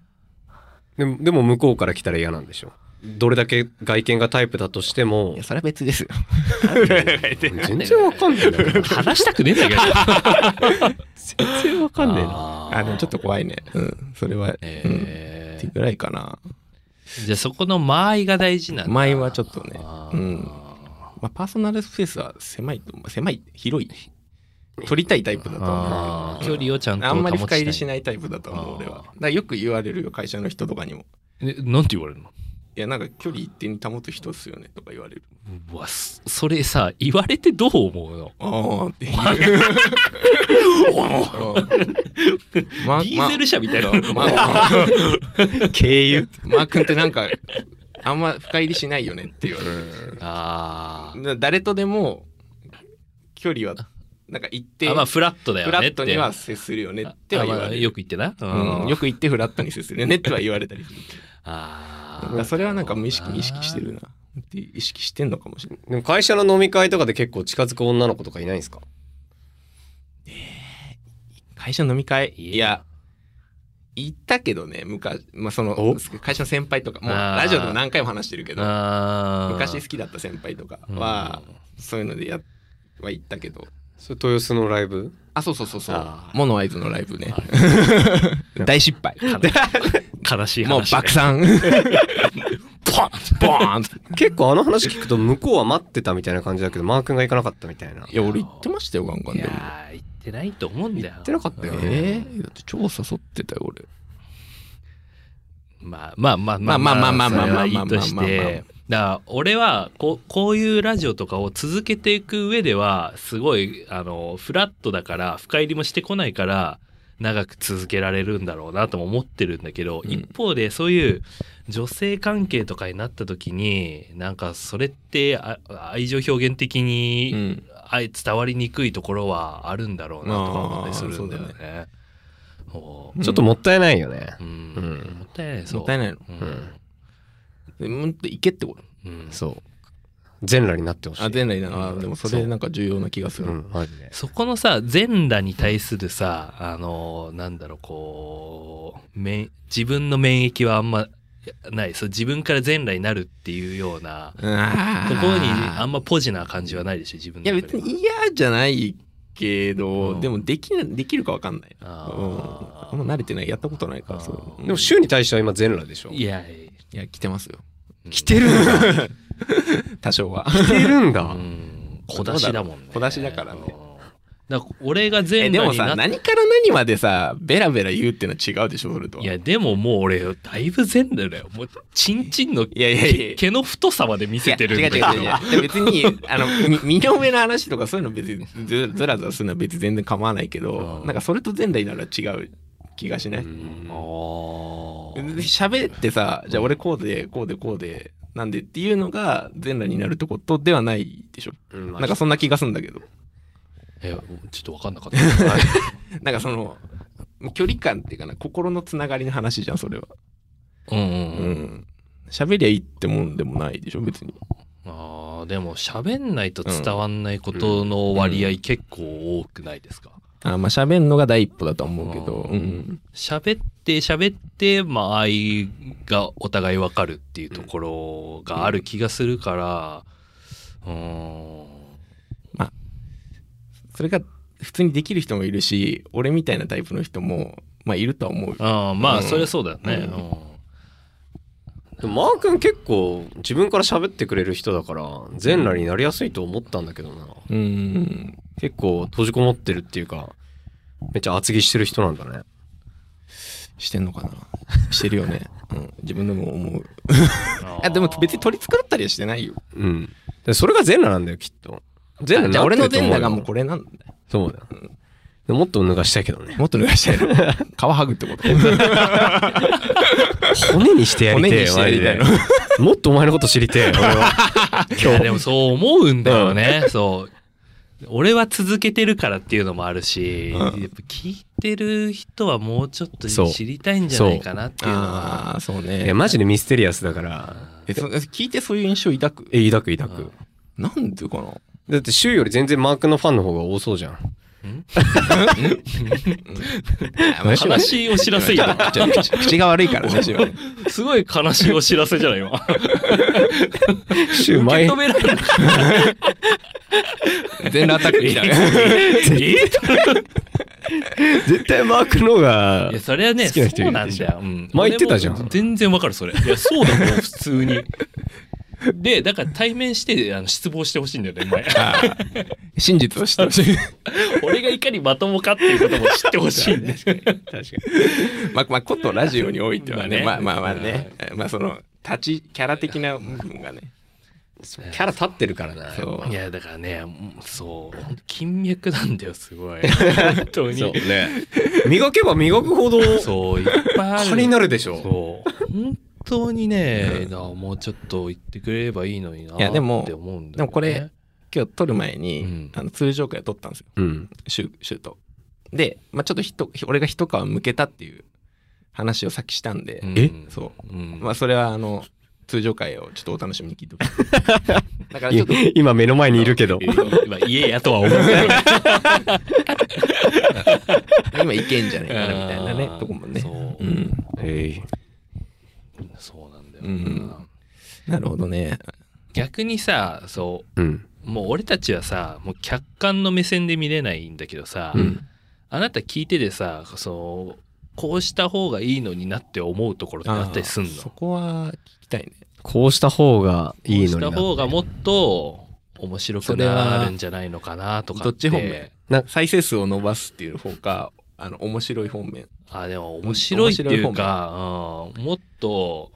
Speaker 3: でもでも向こうから来たら嫌なんでしょ。どれだけ外見がタイプだとしても
Speaker 2: いや、それは別ですよ
Speaker 3: 全然わかんねえな。
Speaker 1: 話したくねえ んだけど。
Speaker 3: 全然わかんねえな。
Speaker 1: あー
Speaker 2: あでもちょっと怖いねうんそれは、うん
Speaker 1: え
Speaker 2: って
Speaker 1: ー
Speaker 2: ぐらいかな
Speaker 1: じゃあそこの間合いが大事なんだ。
Speaker 2: 間合いはちょっとね
Speaker 1: あ
Speaker 2: う
Speaker 1: ー
Speaker 2: んまあ、パーソナルスペースは狭いと思う狭い広い取りたいタイプだと思う
Speaker 1: あー距離をちゃんと
Speaker 2: あんまり
Speaker 1: 保ち
Speaker 2: 深
Speaker 1: たい
Speaker 2: 入りしないタイプだと思う俺はだ
Speaker 1: あー
Speaker 2: からよく言われるよ会社の人とかにも
Speaker 1: えなんて言われるの
Speaker 2: いやなんか距離一定に保つ人っすよねとか言われる
Speaker 1: うわ、そそれさ、言われてどう思うの
Speaker 2: ああって言うま
Speaker 1: ディーゼル車みたいな。
Speaker 2: まあ
Speaker 3: 経由。
Speaker 2: マー君ってなんかあんま深入りしないよねって言われる
Speaker 1: あー
Speaker 2: な誰とでも距離はなんか一定
Speaker 1: あ。まあ、フラットだ
Speaker 2: フ
Speaker 1: よねって。
Speaker 2: ラットには接するよねっては言わ
Speaker 1: あまあ
Speaker 2: れる
Speaker 1: よく言ってな。
Speaker 2: うん、よく言ってフラットに接するねっては言われたりする。
Speaker 1: あ
Speaker 2: だ
Speaker 1: ー
Speaker 2: からそれはなんか無意識に意識してるな。って意識してんのかもしれない。
Speaker 3: でも会社の飲み会とかで結構近づく女の子とかいないんですか
Speaker 2: 会社の飲み会
Speaker 1: いや
Speaker 2: いや、行ったけどね、昔、まあ、その
Speaker 3: お、
Speaker 2: 会社の先輩とか、もう
Speaker 1: あー
Speaker 2: ラジオでも何回も話してるけど、
Speaker 1: あー
Speaker 2: 昔好きだった先輩とかは、そういうのでや、は行ったけど。
Speaker 3: それ豊洲のライブ
Speaker 2: あ、そうそうそうそう
Speaker 1: あ。ー
Speaker 2: モノアイズのライブね。 大失敗。
Speaker 1: 悲しい話
Speaker 2: もう
Speaker 1: ね
Speaker 2: 爆散。 ポンポン
Speaker 3: 結構あの話聞くと向こうは待ってたみたいな感じだけどマー君が行かなかったみたいない
Speaker 2: や、俺行ってましたよ、ガンガン
Speaker 1: い
Speaker 2: でも。
Speaker 1: やー言ってないと思うんだよ
Speaker 3: 言ってなかったよね
Speaker 2: えー、だって超誘ってたよ、俺。
Speaker 1: まあまあまあ
Speaker 2: まあまあまあまあまあ
Speaker 1: それはい
Speaker 2: まあ
Speaker 1: いとし
Speaker 2: まあまあまあまあ
Speaker 1: てだから俺はこうこういうラジオとかを続けていく上ではすごいあのフラットだから深入りもしてこないから長く続けられるんだろうなとも思ってるんだけど、
Speaker 2: うん
Speaker 1: 一方でそういう女性関係とかになった時になんかそれってあ愛情表現的に
Speaker 2: うん。
Speaker 1: あい伝わりにくいところはあるんだろうなとか思ったりするんだよ
Speaker 2: あー
Speaker 1: ね。も
Speaker 3: ちょっともったいないよね
Speaker 1: う、うん
Speaker 3: うん
Speaker 1: もったいないそう。
Speaker 2: もったいないの。
Speaker 1: うん
Speaker 2: もっと行けってこと。
Speaker 1: うん
Speaker 3: そう全裸になってほしい
Speaker 2: あ、前来なの。あ
Speaker 3: うん
Speaker 2: でもそれなんか重要な気がす
Speaker 3: う
Speaker 2: る。
Speaker 3: んマジで
Speaker 1: そこのさ全裸に対するさあのなんだろうこう免自分の免疫はあんまないそう自分から全裸になるっていうような
Speaker 2: ところに
Speaker 1: ところにあんまポジな感じはないでしょ自分
Speaker 2: いや別に
Speaker 1: い
Speaker 2: 嫌じゃないけど、
Speaker 1: うん
Speaker 2: でもできなできるかわかんない。うん。
Speaker 1: あ
Speaker 2: あ
Speaker 1: ー
Speaker 2: んま慣れてない。やったことないから、そう
Speaker 1: あ。ー
Speaker 2: うん
Speaker 3: でも週に対しては今全裸でしょ
Speaker 1: いや
Speaker 2: いや、来てますよ。
Speaker 1: 来
Speaker 3: てるんだ
Speaker 2: 多少は。
Speaker 3: 着てるんだ、
Speaker 1: うん小出しだもんね
Speaker 2: 小出しだからね
Speaker 1: うんだから俺が
Speaker 2: え、
Speaker 1: 全
Speaker 2: でも
Speaker 1: 裸にな
Speaker 2: さ、
Speaker 1: っ
Speaker 2: 何から何までさ、ベラベラ言うってのは違うでしょ、それとは。
Speaker 1: いやでももう俺だいぶ全裸だよもうチンチンの
Speaker 2: いやいやいや
Speaker 1: 毛の太さまで見せてるんだけ
Speaker 2: い
Speaker 1: ど
Speaker 2: や違う違う違う違う別にあのみ身の上の話とかそういうの別にずずらずらするのは別に全然構わないけど、
Speaker 1: うん
Speaker 2: なんかそれと前代なら違う気がしない
Speaker 3: うん
Speaker 1: あー
Speaker 2: 喋ってさじゃあ俺こうでこうでこうでなんでっていうのが前代になるってことではないでしょ
Speaker 3: うん
Speaker 2: なんかそんな気がするんだけど
Speaker 1: えちょっと分かんな かった
Speaker 2: なんかその距離感っていうかな心のつながりの話じゃんそれは
Speaker 1: うんう
Speaker 2: うん
Speaker 1: うん、
Speaker 2: ん喋りゃいいってもんでもないでしょ別に
Speaker 1: あーでも喋んないと伝わんないことの割合結構多くないですか
Speaker 2: あまあ喋んのが第一歩だとは思うけど
Speaker 1: あー
Speaker 2: うん
Speaker 1: 喋って喋ってまあ愛がお互い分かるっていうところがある気がするからうーん
Speaker 2: それが普通にできる人もいるし俺みたいなタイプの人もまあいるとは思うよ
Speaker 1: あーま
Speaker 2: う
Speaker 1: あ
Speaker 2: ん
Speaker 1: それはそうだよね、
Speaker 2: うん
Speaker 1: うん
Speaker 3: でもマー君結構自分から喋ってくれる人だから全裸になりやすいと思ったんだけどな、
Speaker 2: うん
Speaker 3: 結構閉じこもってるっていうかめっちゃ厚着してる人なんだね
Speaker 2: してんのかなしてるよ ね、うん、自分でも思う
Speaker 1: あ
Speaker 2: あでも別に
Speaker 1: とり
Speaker 2: 取り繕ったりはしてないよ
Speaker 3: うんでそれが全裸なんだよきっと全
Speaker 2: じゃあ俺
Speaker 3: 裸にな
Speaker 2: の
Speaker 3: ってると
Speaker 2: 全
Speaker 3: 思うよ
Speaker 2: 裸がもうこれなんだよ
Speaker 3: そうだよでもっと脱がしたいけどね。
Speaker 2: もっと脱がしたい の皮剥ぐって こと
Speaker 3: 骨にしてやりて
Speaker 2: 骨
Speaker 3: え
Speaker 2: にしてやりたいの
Speaker 3: マジでもっとお前のこと知りてえ、俺は。
Speaker 1: いやでもそう思うんだよね、 そう俺は続けてるからっていうのもあるし、
Speaker 2: うん
Speaker 1: やっぱ聞いてる人はもうちょっと
Speaker 3: そう
Speaker 1: 知りたいんじゃないかなっていうのは
Speaker 2: ああそう
Speaker 3: いや、
Speaker 2: ね
Speaker 3: マジでミステリアスだから。
Speaker 2: えそ聞いてそういう印象抱く
Speaker 3: え、抱く抱く。
Speaker 2: なんでかな
Speaker 3: だって、週より全然マークのファンの方が多そうじゃん。
Speaker 2: 悲
Speaker 1: 悲しいお知らせやな
Speaker 2: 口口が悪いからね、芝居
Speaker 1: すごい悲しいお知らせじゃない今
Speaker 3: 週
Speaker 1: 受
Speaker 3: 毎
Speaker 1: け止められ ない
Speaker 2: 全裸アタック来たね。
Speaker 3: 絶対マークの方が
Speaker 1: いや、それはね、
Speaker 3: 好きな人い
Speaker 1: そう
Speaker 3: る
Speaker 1: なん
Speaker 3: でしょ
Speaker 1: だよ。うん
Speaker 3: 前言ってたじゃん
Speaker 1: 俺も全然わかる、それ。いや、そうだもん、普通に。で、だから対面して、あの、失望してほしいんだよね、 前。
Speaker 2: 真実を知ってほしい。
Speaker 1: 俺がいかにまともかっていうことも知ってほしいんだよ。
Speaker 3: 確か
Speaker 2: まあ、まあ、ことラジオにおいてはね、まあ
Speaker 1: まあね
Speaker 2: まあまあね、まあその、立ち、キャラ的な部分がね。
Speaker 3: に。キャラ立ってるからな。
Speaker 2: そう
Speaker 1: いや、だからね、うんそう、ほんと金脈なんだよ、すご い。本当
Speaker 3: そう
Speaker 1: に。
Speaker 3: ね。磨けば磨くほど、
Speaker 1: そう、いっぱいある。
Speaker 3: 金になるでしょ。
Speaker 1: そう。本当にね、なもうちょっと言ってくれればいいのにな。
Speaker 2: いやでも
Speaker 1: って思うんだよね
Speaker 2: でもこれ、今日撮る前
Speaker 1: うん。
Speaker 2: に、あの通常回を撮ったんですよ、
Speaker 3: うん。
Speaker 2: シュシュート。で、まあちょっとひと俺が一皮むけたっていう話をさっきしたんで、
Speaker 3: え
Speaker 2: そう
Speaker 1: うん
Speaker 2: まあそれはあの、通常回をちょっとお楽しみに聞いてほし い。だからちょっと、
Speaker 3: 今目の前にいるけど。
Speaker 1: まあ、家やとは思うけど。
Speaker 2: 今いけんじゃないかなみたいなね、とこもね
Speaker 1: そ。う、
Speaker 2: うん。
Speaker 3: え
Speaker 1: そうなんだよ、
Speaker 2: うんなるほどね。
Speaker 1: 逆にさそ
Speaker 3: えうん。
Speaker 1: うもう俺たちはさもう客観の目線で見れないんだけどさ、
Speaker 3: うん。
Speaker 1: あなた聞いててさそうこうした方がいいのになって思うところってあったりすんの
Speaker 2: あーそこは聞きたいね。
Speaker 3: こうした方がい
Speaker 1: こう
Speaker 3: いのに
Speaker 1: し
Speaker 3: な
Speaker 1: た。方がもっと面白くなるんじゃないのかなとかって
Speaker 2: どっち方面
Speaker 3: な
Speaker 2: 再生数を伸ばすっていう方か、あの、面白い方面。
Speaker 1: あでも面白いっていうか、うん、もっと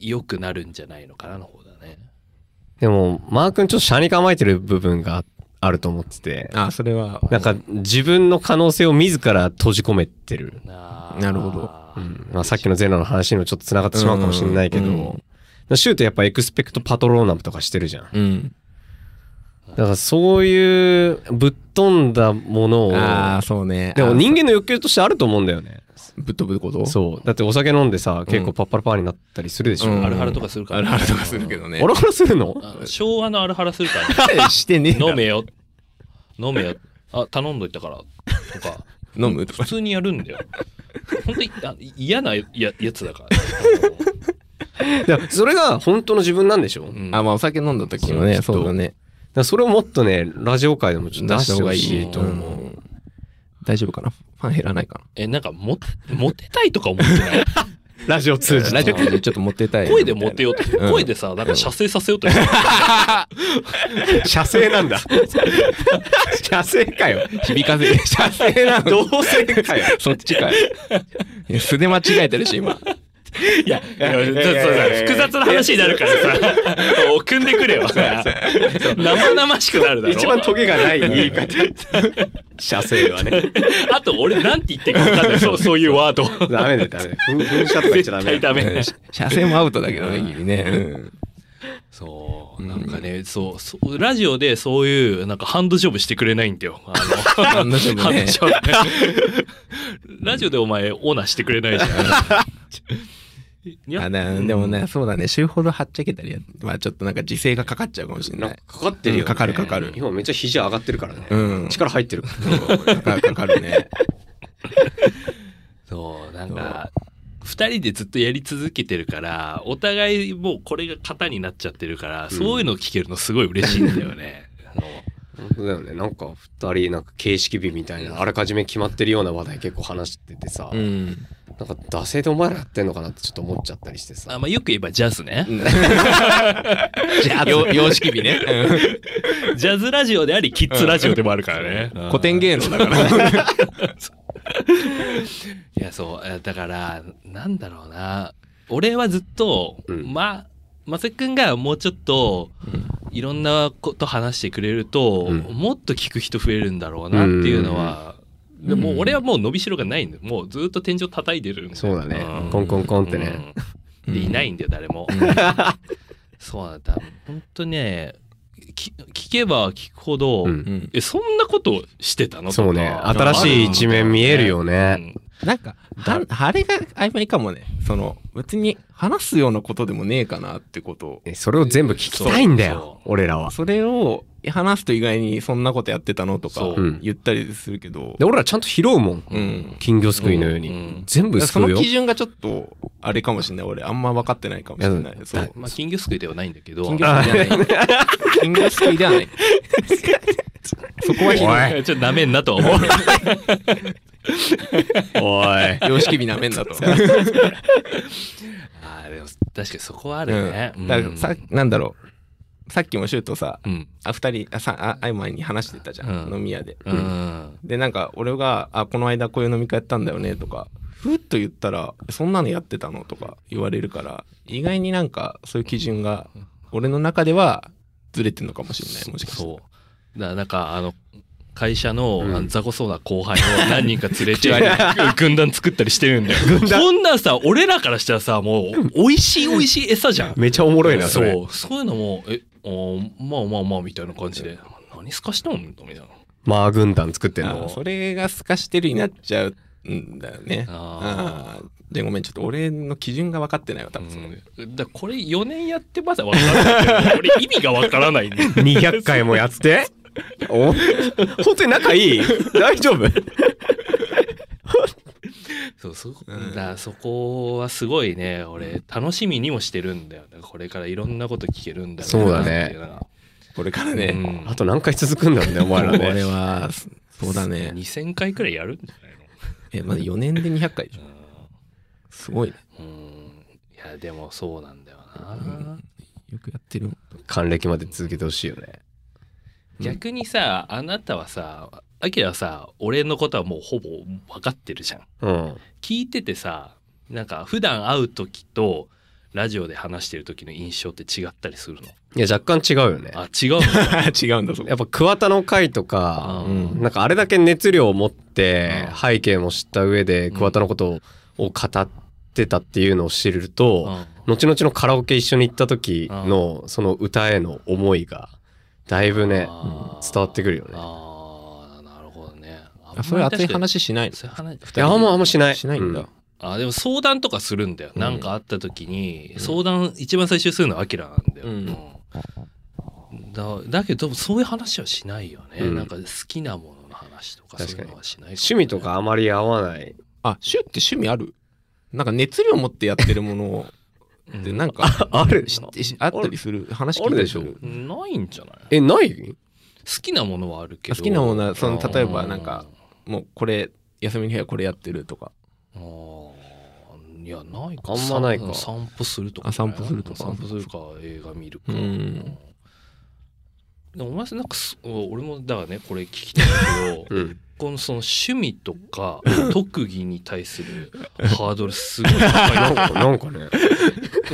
Speaker 1: 良くなるんじゃないのかなの方だね
Speaker 3: でも、マー君ちょっと車に構えてる部分があると思ってて、
Speaker 2: あ、それは。
Speaker 3: なんか自分の可能性を自ら閉じ込めてる。
Speaker 1: な
Speaker 2: なるほど
Speaker 3: うんまあ、さっきのゼロの話にもちょっと繋がってしまうかもしれないけど、
Speaker 2: うん
Speaker 3: シュートやっぱエクスペクトパトローナムとかしてるじゃん。
Speaker 2: うん。
Speaker 3: だからそういうぶっ飛んだものを、
Speaker 2: ああ、そうね。
Speaker 3: で
Speaker 2: あ
Speaker 3: も
Speaker 2: ー
Speaker 3: 人間の欲求としてあると思うんだよね。
Speaker 2: ぶっ飛ぶこと
Speaker 3: そう。だってお酒飲んでさ、結構パッパラパーになったりするでしょ。
Speaker 2: うん
Speaker 1: アルハラとかするか
Speaker 2: あるあ
Speaker 1: らね、
Speaker 2: るとかするけどね。
Speaker 3: オラオラするの
Speaker 1: あの昭和のアルハラす るからね、
Speaker 2: してねえな
Speaker 1: 飲めよ飲めよあ頼んどいたからとか
Speaker 2: 飲むと
Speaker 1: 普
Speaker 2: か。
Speaker 1: 通にやるんだよ本当にあ嫌なややつだから、
Speaker 3: いやそれが本当の自分なんでしょ、だか
Speaker 2: あ、まあお酒飲んだ時のね、そうだね。
Speaker 3: らそれをもっとね、ラジオ界でもちょっと
Speaker 2: 出
Speaker 3: 出
Speaker 2: した
Speaker 3: して
Speaker 2: 方が
Speaker 3: ほ
Speaker 2: い
Speaker 3: しい
Speaker 2: い
Speaker 3: と
Speaker 2: と
Speaker 3: 思う。
Speaker 2: 思うん。大丈夫かなファン減らないか
Speaker 1: えなんかモモテたいとか思って ない
Speaker 3: ラジオ通
Speaker 2: な
Speaker 3: じて。
Speaker 2: ラジオ局でちょっとモテたい。
Speaker 1: 声でモテようとして
Speaker 2: うん
Speaker 1: 声でさなんか射精させようとして
Speaker 3: 射精なんだ。射精か よ。
Speaker 2: 響かせ、射 精なの。
Speaker 3: 同性かよ。
Speaker 2: そっちかよ。いや素で間違えてるし、今。
Speaker 1: いやいや
Speaker 3: いやいや
Speaker 1: ちょっと
Speaker 3: いやい
Speaker 1: さ
Speaker 3: や
Speaker 1: 複雑な話になるからさ送んでくれよ生々しくなるだろ
Speaker 3: 一番トゲがない言い方。射精はね。
Speaker 1: あと俺なんて言っていいか分かんないそうそういうワード
Speaker 3: ダメだよ、ダメだよ。ふん噴射とか言っちゃダメだよ
Speaker 1: 絶対ダメ
Speaker 2: 射精もアウトだけどね、ギリね。うん
Speaker 1: そう、なんかね、そう、そうラジオでそういう、なんかハンドジョブしてくれないんだよ。あの
Speaker 2: ハンドジョブね
Speaker 1: ハンドジョブラジオでお前、オーナーしてくれないじゃん。い
Speaker 2: あ
Speaker 1: や、
Speaker 2: なでもね、そうだね、週ほどはっちゃけたりや、まあちょっとなんか時勢がかかっちゃうかもしれ
Speaker 3: な
Speaker 2: なん
Speaker 3: か
Speaker 2: い。
Speaker 3: かかってるよ、
Speaker 2: う
Speaker 3: ね。
Speaker 2: んかかるかかる
Speaker 3: 今めっちゃ肘上がってるからね。
Speaker 2: うん
Speaker 3: 力入ってる。
Speaker 2: かかるかかるね。
Speaker 1: そう、なんか、二人でずっとやり続けてるから、お互いもうこれが型になっちゃってるから、そういうの聞けるのすごい嬉しいんだよ ね。あの
Speaker 3: 本当だよね。なんか二人、なんか形式美みたいな、あらかじめ決まってるような話題結構話しててさ、
Speaker 2: うん。
Speaker 3: なんか惰性でお前らやってんのかなってちょっと思っちゃったりして
Speaker 1: あ
Speaker 3: さ。
Speaker 1: まあ、よく言えばジャズね。
Speaker 2: じゃあ、よ様式日ね。
Speaker 1: ジャズラジオであり、キッズラジオでもあるからね。
Speaker 2: うん古典芸能だから。。
Speaker 1: いや、そうえー、だから、なんだろうな。俺はずっと、
Speaker 3: うん
Speaker 1: ま、まさきくんがもうちょっと、いろんなこと話してくれると、
Speaker 3: うん
Speaker 1: もっと聞く人増えるんだろうなっていうのは、でもう俺はもう伸びしろがないんでもうずっと天井叩いてるんで
Speaker 3: そうだね
Speaker 1: ん
Speaker 3: コンコンコンってね
Speaker 1: うんでいないいんだよ誰も、 そうなんだ本当ねき聞けば聞くほど、
Speaker 3: うん
Speaker 2: うん
Speaker 1: えそんなことしてたの
Speaker 3: そうね
Speaker 1: とか
Speaker 3: 新しい一面見えるよね、
Speaker 2: なんか、はあれが曖昧かもね。その、別に話すようなことでもねえかなってことを。
Speaker 3: えそれを全部聞きたいんだよ俺らは
Speaker 2: それを話すと意外にそんなことやってたのとか
Speaker 1: そう
Speaker 2: 言ったりするけど
Speaker 3: で、俺らちゃんと拾うもん
Speaker 1: う
Speaker 2: う
Speaker 1: ん
Speaker 2: ん
Speaker 3: 金魚すくいのように、
Speaker 1: うん
Speaker 3: 全部す
Speaker 2: そ
Speaker 3: く
Speaker 2: の
Speaker 3: うよ
Speaker 2: 基準がちょっとあれかもしれない俺あんま分かってないかもしれない
Speaker 3: いや
Speaker 2: そう
Speaker 1: まあ、金魚すくいではないんだけど
Speaker 2: 金魚すくいじゃない金魚すくいではないそこはひどい
Speaker 3: お い
Speaker 1: ちょっとなめんなとは思う
Speaker 3: おい
Speaker 2: 様式美なめんだと。
Speaker 1: あーでも確かにそこはある
Speaker 2: うん
Speaker 1: ね、うん
Speaker 2: だからさなんだろうさっきもシュートさ
Speaker 1: うん
Speaker 2: あ二人あさああいまいに話してたじゃん、
Speaker 1: うん
Speaker 2: 飲み屋で、
Speaker 1: うん、
Speaker 2: でなんか俺が「あこの間こういう飲み会やったんだよね」とかふっと言ったら「そんなのやってたの?」とか言われるから意外になんかそういう基準が俺の中ではずれてるのかもしれないもしかして
Speaker 1: そうだからなんかあの会社の,、
Speaker 3: うん
Speaker 1: あの雑魚そうな後輩を何人か連れて軍団作ったりしてるんだよそんなんさ俺らからしたらさもう美味しい美味しい餌じゃん
Speaker 3: めちゃおもろいなそ
Speaker 1: そ
Speaker 3: れ
Speaker 1: うそういうのもえあーまあまあまあみたいな感じで何すかしてんのみたいな
Speaker 3: マー軍団作ってん
Speaker 2: あ
Speaker 3: の
Speaker 2: それが透かしてるになっちゃうんだよね
Speaker 1: あ
Speaker 2: あーでごめんちょっと俺の基準が分かってないわ多分その、
Speaker 1: うん、だからこれ4年やってまだわからないけど俺意味がわからないんだよ
Speaker 3: 200回もやってお本当に仲いい大丈夫
Speaker 1: そうそこ
Speaker 2: うん
Speaker 1: だからそこはすごいね俺楽しみにもしてるんだよだからこれからいろんなこと聞けるんだろなっていのが
Speaker 2: これからね、
Speaker 1: うん
Speaker 3: あと何回続くんだろうねお前ら
Speaker 2: これ
Speaker 3: ね
Speaker 2: はそうだね
Speaker 1: 2000回くらいやるんじゃないの
Speaker 2: えまだ4年で200回でしょすごいね
Speaker 1: うんいやでもそうなんだよな、
Speaker 2: よくやってる
Speaker 3: 還暦まで続けてほしいよね
Speaker 1: 逆にさあなたはさアキラはさ俺のことはもうほぼ分かってるじゃん
Speaker 3: うん
Speaker 1: 聞いててさなんか普段会う時とラジオで話してる時の印象って違ったりするの
Speaker 3: いや若干違うよね
Speaker 1: あ違うの
Speaker 2: 違うんだそこ
Speaker 3: やっぱ桑田の回とか、
Speaker 1: うん
Speaker 3: なんかあれだけ熱量を持って
Speaker 1: うん
Speaker 3: 背景も知った上で
Speaker 1: うん
Speaker 3: 桑田のことを語ってたっていうのを知ると、
Speaker 1: うん
Speaker 3: 後々のカラオケ一緒に行った時のその歌への思いがだいぶね
Speaker 1: あー
Speaker 3: 伝わってくるよね。
Speaker 1: ああなるほどね
Speaker 2: あそれ熱い
Speaker 1: あんまり確か
Speaker 2: 話しない
Speaker 1: にそういう話
Speaker 3: いやあんまあんましない。
Speaker 2: しないんだ、
Speaker 3: う
Speaker 1: あでも相談とかするんだよ、
Speaker 3: うん
Speaker 1: なんかあった時に
Speaker 2: うん
Speaker 1: 相談一番最初にするのはアキラなんだよ、
Speaker 2: うん
Speaker 1: うんだだけどそういう話はしないよね、
Speaker 3: うん
Speaker 1: なんか好きなものの話とかそう
Speaker 3: 確
Speaker 1: い
Speaker 3: か
Speaker 1: う
Speaker 3: に
Speaker 1: のはしない、
Speaker 3: 趣味とかあまり合わない。
Speaker 2: あシュって趣味あるなんか熱量持ってやってるもの
Speaker 1: うん
Speaker 2: でなんか
Speaker 3: ある
Speaker 2: 知って しあったりする話聞いたりす
Speaker 3: ある
Speaker 2: る
Speaker 1: ないんじゃない
Speaker 3: え、ない
Speaker 1: 好きなものはあるけど
Speaker 2: 好きなものはその
Speaker 1: うん
Speaker 2: 例えばなんかもうこれ休みの日はこれやってるとか
Speaker 1: あーいやないか
Speaker 3: あんまないか
Speaker 1: さ散歩するとか、
Speaker 2: あ散歩するとか
Speaker 1: 散歩するか映画見るか、
Speaker 2: うん
Speaker 1: でもお前さなんかす俺もだからねこれ聞きたいん だけど
Speaker 3: うん。
Speaker 1: このその趣味とか特技に対するハードルすごい 高いな
Speaker 3: なんかね。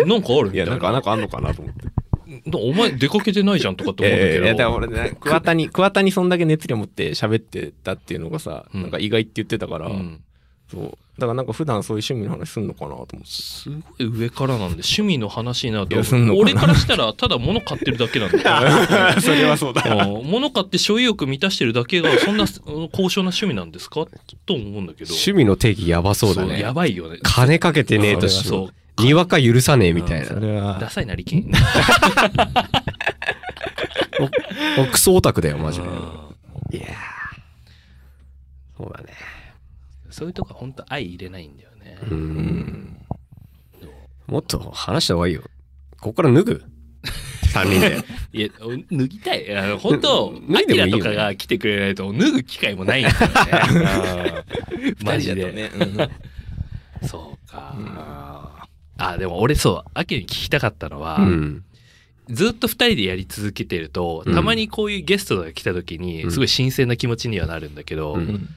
Speaker 1: なんかあるみ
Speaker 2: い
Speaker 1: たい
Speaker 2: や
Speaker 1: な
Speaker 2: なんかなんかあんのかなと 思って
Speaker 1: なお前出かけてないじゃんとかって思うんだけど、
Speaker 2: いやいやいやだから俺ね桑田に桑田にそんだけ熱量持って喋ってたっていうのがさ、
Speaker 1: うん
Speaker 2: なんか意外って言ってたから、
Speaker 1: うん
Speaker 2: そうだからなんか普段そういう趣味の話すんのかなと思って
Speaker 1: すごい上からなんで趣味の話になると
Speaker 2: いやすんのかな
Speaker 1: 俺からしたらただ物買ってるだけ なんだ よ
Speaker 2: それはそうだ
Speaker 1: うん物買って所有欲満たしてるだけがそん なうん高尚な趣味なんですかと思うんだけど
Speaker 3: 趣味の定義やばそうだ
Speaker 1: や
Speaker 3: ね。
Speaker 1: ばいよね
Speaker 3: 金かけてねえとし
Speaker 1: そ
Speaker 3: も
Speaker 1: う、
Speaker 3: にわか許さねえみたい
Speaker 2: そ
Speaker 3: な。
Speaker 2: れ
Speaker 1: ダ
Speaker 2: は
Speaker 1: サいなりきん
Speaker 3: おクソオタクだよ、マジで。
Speaker 1: うん
Speaker 3: いやーそうだね。
Speaker 1: そういうとこ本当相入れないんだよね
Speaker 3: う。
Speaker 2: うんん
Speaker 3: もっと話した方がいいよ。ここから脱ぐ ?3 人で。
Speaker 1: いや脱ぎたいあの本当
Speaker 3: うん
Speaker 1: ア
Speaker 3: 脱い
Speaker 1: キ
Speaker 3: でもい
Speaker 1: ラ
Speaker 3: いよ
Speaker 1: と
Speaker 3: ね
Speaker 1: かが来てくれないと脱ぐ機会もないんだ よねうんマジ
Speaker 2: 二人だ
Speaker 1: で
Speaker 2: とねうん
Speaker 1: そうか、あでも俺そうアキラに聞きたかったのは、
Speaker 3: うん。
Speaker 1: ずっと2人でやり続けてると
Speaker 3: うん
Speaker 1: たまにこういうゲストが来た時に、
Speaker 3: うん
Speaker 1: すごい新鮮な気持ちにはなるんだけど、
Speaker 3: うん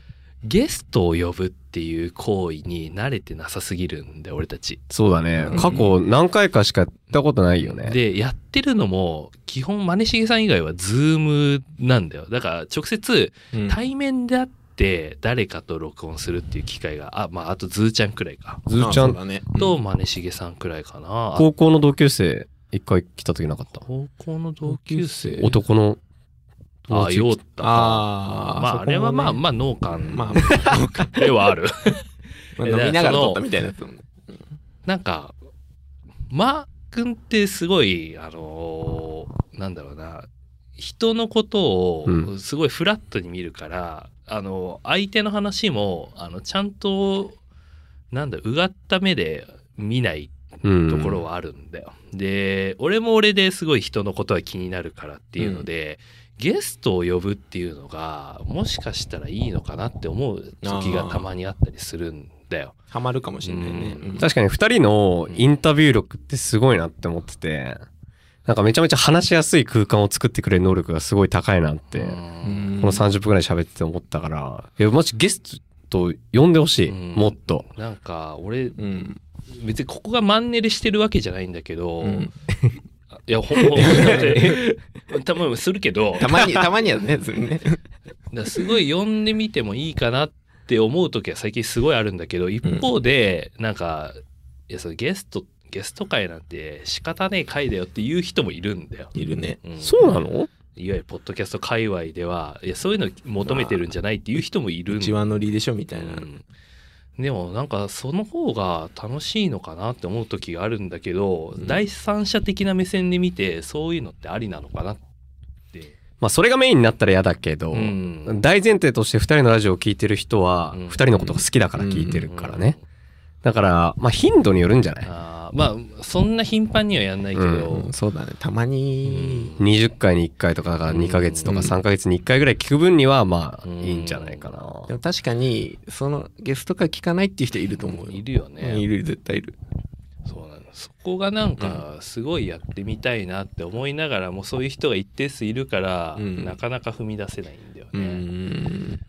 Speaker 1: ゲストを呼ぶっていう行為に慣れてなさすぎるんで俺たち。
Speaker 3: そうだね
Speaker 2: うん。
Speaker 3: 過去何回かしかやったことないよね。
Speaker 1: でやってるのも基本マネしげさん以外はズームなんだよだから直接
Speaker 2: うん
Speaker 1: 対面で会っって誰かと録音するっていう機会があまああとズーちゃんくらいか
Speaker 3: ずーちゃ、
Speaker 2: あそうんだね。
Speaker 1: と
Speaker 2: うん
Speaker 1: 真しげさんくらいかな、あ
Speaker 3: 高校の同級生、一回来た時なかった。
Speaker 1: 高校の同級生
Speaker 3: 男の友
Speaker 1: あ
Speaker 3: 達
Speaker 1: ようたか
Speaker 2: あー
Speaker 1: まああれはまあ
Speaker 2: ま
Speaker 1: まあ農家
Speaker 2: あ、まあ、
Speaker 1: ではある
Speaker 2: まあ飲みながら撮ったみたいなやつもね。
Speaker 1: なんかマー君ってすごいあのーなんだろうな人のこと
Speaker 3: う
Speaker 1: をすごいフラットに見るから、あの相手の話もあのちゃんとなんだうがった目で見ない
Speaker 3: うん
Speaker 1: ところはあるんだよ。で俺も俺ですごい人のことは気になるからっていうので、ゲストを呼ぶっていうのがもしかしたらいいのかなって思う時がたまにあったりするんだよ。
Speaker 2: ハマるかもしれないね。
Speaker 1: うん
Speaker 2: うん
Speaker 3: 確かに2人のインタビュー力ってすごいなって思っててなんかめちゃめちゃ話しやすい空間を作ってくれる能力がすごい高いなって、
Speaker 1: う
Speaker 3: こ
Speaker 1: ん
Speaker 3: の30分ぐらい喋ってて思ったからいやマジゲスト呼んでほしい、
Speaker 1: うん
Speaker 3: もっと
Speaker 1: なんか俺
Speaker 2: うん。
Speaker 1: 別にここがマンネリしてるわけじゃないんだけど、
Speaker 2: うん
Speaker 1: いやほんほんだってたまにするけど
Speaker 2: たまに、たまにはね、それね。
Speaker 1: だからすごい読んでみてもいいかなって思う時は最近すごいあるんだけど一方でなんか、いやそのゲストゲスト会なんて仕方ねえ会だよっていう人も いるんだよ。
Speaker 2: いるね。
Speaker 1: ん
Speaker 3: そうなの
Speaker 1: いわゆるポッドキャスト界隈ではいやそういうの求めてるんじゃないっていう人もいるん
Speaker 2: う
Speaker 1: だ
Speaker 2: ちはノリでしょみたいな。
Speaker 1: うんでもなんかその方が楽しいのかなって思う時があるんだけど、
Speaker 2: うん
Speaker 1: 第三者的な目線で見てそういうのってありなのかなって、
Speaker 3: まあそれがメインになったら嫌だけど、
Speaker 1: うん
Speaker 3: 大前提として2人のラジオを聞いてる人は
Speaker 1: うん
Speaker 3: 2人のことが好きだから聞いてるからね、だからまあ頻度によるんじゃない
Speaker 1: あーまあそんな頻繁にはやんないけど、
Speaker 2: うんそうだね。たまに。
Speaker 3: 20回に1回とかだから2ヶ月とか
Speaker 2: うん
Speaker 3: 3ヶ月に1回ぐらい聞く分にはまあ
Speaker 1: うん
Speaker 3: いいんじゃないかな
Speaker 2: でも確かに、そのゲスト会聞かないっていう人いると思うよ。
Speaker 1: いるよね、
Speaker 2: うんいる、絶対いる。
Speaker 1: そうなのそこがなんかすごいやってみたいなって思いながらもそういう人が一定数いるから、
Speaker 2: うん
Speaker 1: なかなか踏み出せないんだよ
Speaker 2: う
Speaker 1: ね。
Speaker 2: ん。
Speaker 1: うん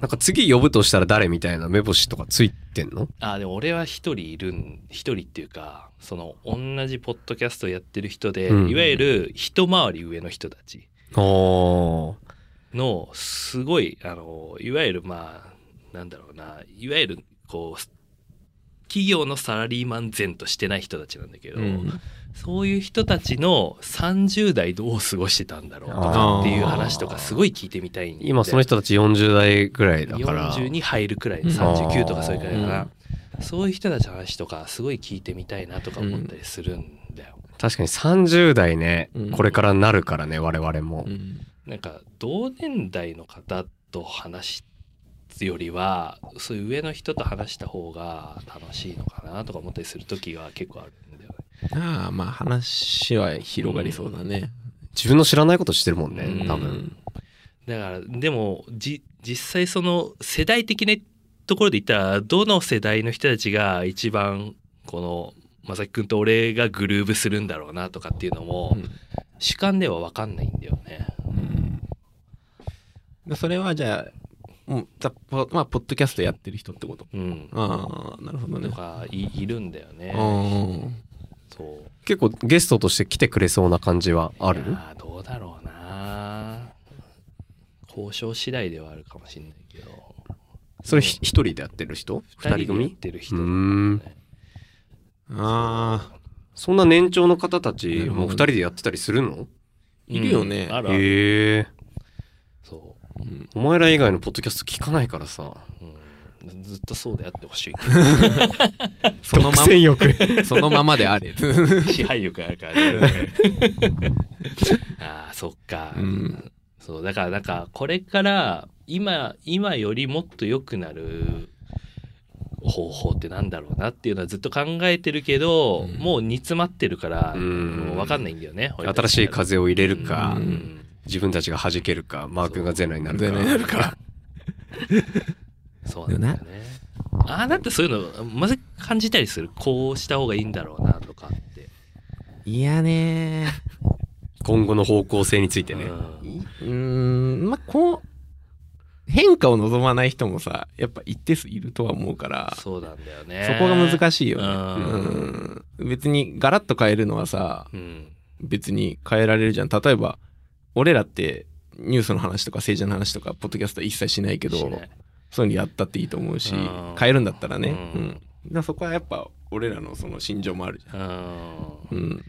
Speaker 3: なんか次呼ぶとしたら誰みたいな目星とかついてんの
Speaker 1: あでも俺は一人いるん一人っていうかその同じポッドキャストやってる人で、
Speaker 3: うん
Speaker 1: いわゆる一回り上の人たち
Speaker 3: お
Speaker 1: のすごいあのいわゆるまあなんだろうないわゆるこう企業のサラリーマン前としてない人たちなんだけど、
Speaker 2: うん
Speaker 1: そういう人たちの30代どう過ごしてたんだろうとかっていう話とかすごい聞いてみたいんで
Speaker 3: 今その人たち40代ぐらいだから
Speaker 1: 40に入るくらい
Speaker 2: うん
Speaker 1: 39とかそういうくらいか
Speaker 2: う、
Speaker 1: なんそういう人たちの話とかすごい聞いてみたいなとか思ったりするんだよ、
Speaker 3: 確かに30代ね
Speaker 2: うん
Speaker 3: これからなるからね我々も
Speaker 2: うん
Speaker 1: なんか同年代の方と話すよりはそういう上の人と話した方が楽しいのかなとか思ったりする時が結構あるんだよね
Speaker 2: ああ、まあ話は広がりそうだね。
Speaker 3: 自分の知らないことしてるもん
Speaker 1: う
Speaker 3: ね
Speaker 1: ん
Speaker 3: 多
Speaker 1: う
Speaker 3: 分
Speaker 1: んだからでもじ実際その世代的なところで言ったらどの世代の人たちが一番このまさきくんと俺がグルーブするんだろうなとかっていうのも主観では分かんないんだよね。
Speaker 2: でそれはじゃあ、もうざぽまあ、ポッドキャストやってる人ってこと。
Speaker 1: うん、
Speaker 2: ああ、なるほどね
Speaker 1: と。かいいるんだよね。
Speaker 2: うん
Speaker 1: そう
Speaker 3: 結構ゲストとして来てくれそうな感じはある
Speaker 1: いやーどうだろうな交渉次第ではあるかもしれないけど
Speaker 3: それひ一人でやってる人
Speaker 1: 2人
Speaker 3: ?2 人
Speaker 1: でやっ
Speaker 3: 組
Speaker 1: てる人
Speaker 3: う
Speaker 1: だ
Speaker 3: ん
Speaker 2: ああ、
Speaker 3: そんな年長の方たちも2人でやってたりするの
Speaker 2: いるよね
Speaker 1: うんあら
Speaker 3: へえ
Speaker 1: そう
Speaker 2: うん
Speaker 3: お前ら以外のポッドキャスト聞かないからさ
Speaker 1: うんずっとそうであってほしい
Speaker 2: そのま
Speaker 3: 欲
Speaker 2: ま、そのままであれ。
Speaker 1: 支配力あるからね ああそっか、
Speaker 2: うん
Speaker 1: そうだからなんかこれから今今よりもっと良くなる方法ってなんだろうなっていうのはずっと考えてるけど、
Speaker 2: うん
Speaker 1: もう煮詰まってるから、
Speaker 3: うん
Speaker 1: もう分かんないんだよね俺た
Speaker 3: 新
Speaker 1: ち
Speaker 3: しい風を入れるか、
Speaker 2: うん
Speaker 3: 自分たちが弾けるかマー君がゼナになるか
Speaker 2: ゼナになるか
Speaker 1: そうなんだよねああだってそういうのまず感じたりするこうした方がいいんだろうなとかって
Speaker 2: いやね
Speaker 3: 今後の方向性についてね、
Speaker 1: う
Speaker 2: い
Speaker 1: ん
Speaker 2: うん、まあ、こう、変化を望まない人もさ、やっぱ一定数いるとは思うから、そ
Speaker 1: そうなんだよね
Speaker 2: こが難しいよね。
Speaker 1: うん
Speaker 2: うん別にガラッと変えるのはさ、
Speaker 1: うん
Speaker 2: 別に変えられるじゃん。例えば、俺らってニュースの話とか政治の話とかポッドキャストは一切しないけど
Speaker 1: しない
Speaker 2: そういうのやったっていいと思うし
Speaker 1: うん
Speaker 2: 変えるんだったらね、う
Speaker 1: うん
Speaker 2: んだからそこはやっぱ俺らのその心情もあるじゃ
Speaker 1: うん
Speaker 2: ん、うん、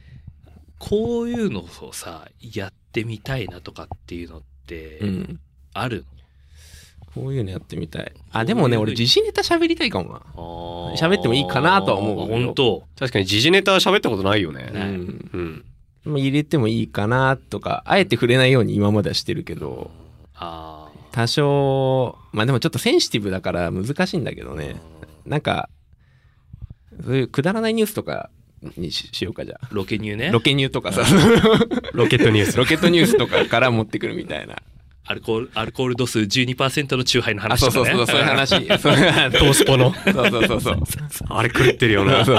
Speaker 1: こういうのをさやってみたいなとかっていうのって
Speaker 2: うん
Speaker 1: ある
Speaker 2: こういうのやってみたいあでもね
Speaker 1: こう
Speaker 2: 俺
Speaker 1: いうの
Speaker 2: 自信ネタ喋りたいかもな
Speaker 1: の
Speaker 2: 喋ってもいいかなとは思う
Speaker 1: 本当
Speaker 3: 確かに時事ネタ喋ったことないよね。
Speaker 1: ない
Speaker 2: うん
Speaker 3: うん。
Speaker 2: まあ入れてもいいかなとかあえて触れないように今まではしてるけど
Speaker 1: あ
Speaker 2: 多少まあでもちょっとセンシティブだから難しいんだけど
Speaker 1: あ、
Speaker 2: ねなんかそういうくだらないニュースとかにししようかじゃあ
Speaker 1: ロケニューね
Speaker 2: ロケニューとかさ
Speaker 3: ロケットニュー ス。
Speaker 2: ロケットニュースとかから持ってくるみたいな
Speaker 1: アルコールアルコール度数12%のチューハイの
Speaker 2: あ
Speaker 1: 話
Speaker 2: そ
Speaker 1: と
Speaker 2: う
Speaker 1: か、
Speaker 2: そう
Speaker 1: ね、
Speaker 2: そうそういう話そう
Speaker 3: トースポの。
Speaker 2: そうそうそう
Speaker 3: あれ狂ってる よな。
Speaker 2: そ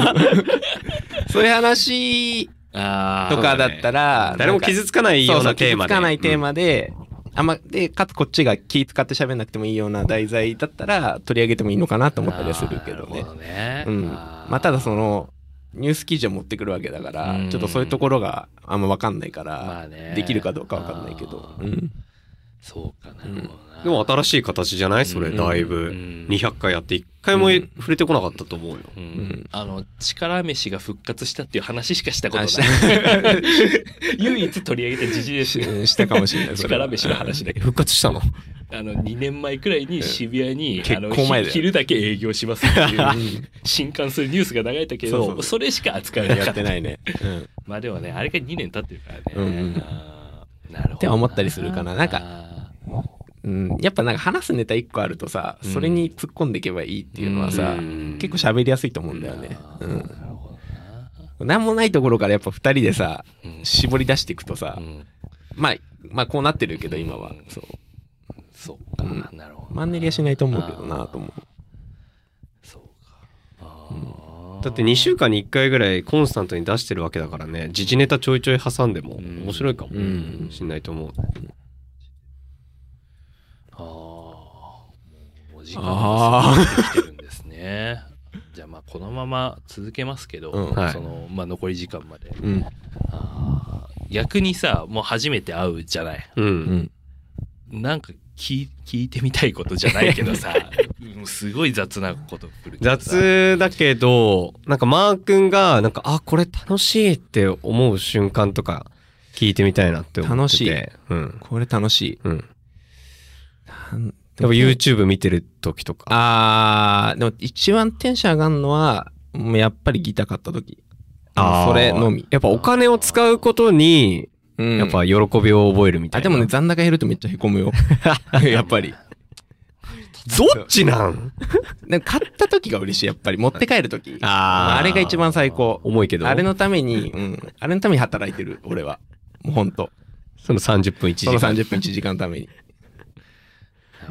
Speaker 2: ういう話
Speaker 1: あー
Speaker 2: とかだったら
Speaker 3: 誰も
Speaker 2: なんか
Speaker 3: 傷つかないような
Speaker 2: そう
Speaker 3: テー
Speaker 2: そう
Speaker 3: マ
Speaker 2: 気づ
Speaker 3: で。
Speaker 2: かないテーマで、あんまでかつこっちが気使って喋んなくてもいいような題材だったら取り上げてもいいのかなと思ったりはするけど
Speaker 1: な
Speaker 2: ね
Speaker 1: るほね
Speaker 2: うん
Speaker 1: あー
Speaker 2: まあただそのニュース記事を持ってくるわけだから、
Speaker 1: うん
Speaker 2: ちょっとそういうところがあんま分かんないから、
Speaker 1: まあね
Speaker 2: できるかどうか分かんないけど
Speaker 1: あ、ー
Speaker 2: うん
Speaker 1: そうかなるほどな、
Speaker 3: うん。でも新しい形じゃないそれ、
Speaker 1: うん
Speaker 3: だいうぶ。
Speaker 1: ん
Speaker 3: 200回やって1回も
Speaker 2: うん
Speaker 3: 触れてこなかったと思うよ。
Speaker 1: うん
Speaker 2: ん
Speaker 1: あの力飯が復活したっていう話しかしたこと
Speaker 2: あ
Speaker 1: ない
Speaker 2: し
Speaker 1: 唯一取り上げた時事ですよ
Speaker 2: ししたかもしれないそれは
Speaker 1: 力飯の話 だけど
Speaker 3: 復活した の
Speaker 1: あの2年前くらいに渋谷に
Speaker 2: 結
Speaker 1: あの
Speaker 2: 構前だよ
Speaker 1: ひ昼だけ営業しますっていううん新刊するニュースが流れたけど
Speaker 2: そう
Speaker 1: そ
Speaker 2: そう
Speaker 1: れしか扱われな
Speaker 2: や
Speaker 1: か
Speaker 2: っ
Speaker 1: ってた
Speaker 2: ないね、うん、っ
Speaker 1: まあでもねあれが2年経ってるからね、
Speaker 2: うんうん
Speaker 1: あーなるほどな
Speaker 2: て思ったりするかななんか、
Speaker 1: あ
Speaker 2: うん、やっぱなんか話すネタ1個あるとさそれに突っ込んでいけばいいっていうのはさ、
Speaker 3: うん
Speaker 2: 結構喋りやすいと思うんだよ
Speaker 1: ー
Speaker 2: ね、
Speaker 1: あ
Speaker 2: う
Speaker 1: ー
Speaker 2: ん、
Speaker 1: なるほどな
Speaker 2: なんもないところからやっぱ2人でさ
Speaker 1: うん
Speaker 2: 絞り出していくとさ、
Speaker 1: うん
Speaker 2: まあまあこうなってるけど今はそう
Speaker 1: そうか、
Speaker 2: うん
Speaker 1: なるほど
Speaker 2: マンネリはしないと思うけどなと思う
Speaker 1: そうかあー
Speaker 3: だって2週間に1回ぐらいコンスタントに出してるわけだからね、時事ネタちょいちょい挟んでも
Speaker 1: うん
Speaker 3: 面白いかも
Speaker 2: うん
Speaker 3: しんないと思う。
Speaker 1: ああもうお時間
Speaker 2: あ
Speaker 1: が過ぎてきてるんですねじゃあまあこのまま続けますけど、
Speaker 2: うん
Speaker 3: はい
Speaker 1: そのまあ残り時間まで
Speaker 2: うん
Speaker 1: あー逆にさもう初めて会うじゃない
Speaker 3: うん。
Speaker 2: うん
Speaker 1: なんか聞い聞いてみたいことじゃないけど さうんすごい雑なこと来るけどさ
Speaker 3: 雑だけど、なんかマー君が、なんか、あ、これ楽しいって思う瞬間とか聞いてみたいなって思ってて。
Speaker 2: 楽しい
Speaker 3: うん。
Speaker 2: これ楽しい
Speaker 3: うん。
Speaker 2: なん
Speaker 3: やっぱ YouTube 見てる時とか。
Speaker 2: あーでも一番テンション上がるのはもうやっぱりギター買った時
Speaker 3: あー
Speaker 2: それのみ、
Speaker 3: やっぱお金を使うことに、
Speaker 2: うん
Speaker 3: やっぱ喜びを覚えるみた
Speaker 2: あ
Speaker 3: いな。
Speaker 2: でもね、残高減るとめっちゃへこむよやっぱり
Speaker 3: どっちなん
Speaker 2: でも買った時が嬉しいやっぱり持って帰る時
Speaker 3: あー
Speaker 2: あれが一番最高
Speaker 3: 重いけど。
Speaker 2: あれのために、うん、あれのために働いてる俺はもうほんと
Speaker 3: その30分1時
Speaker 2: その
Speaker 3: 間。
Speaker 2: 30分1時間のため に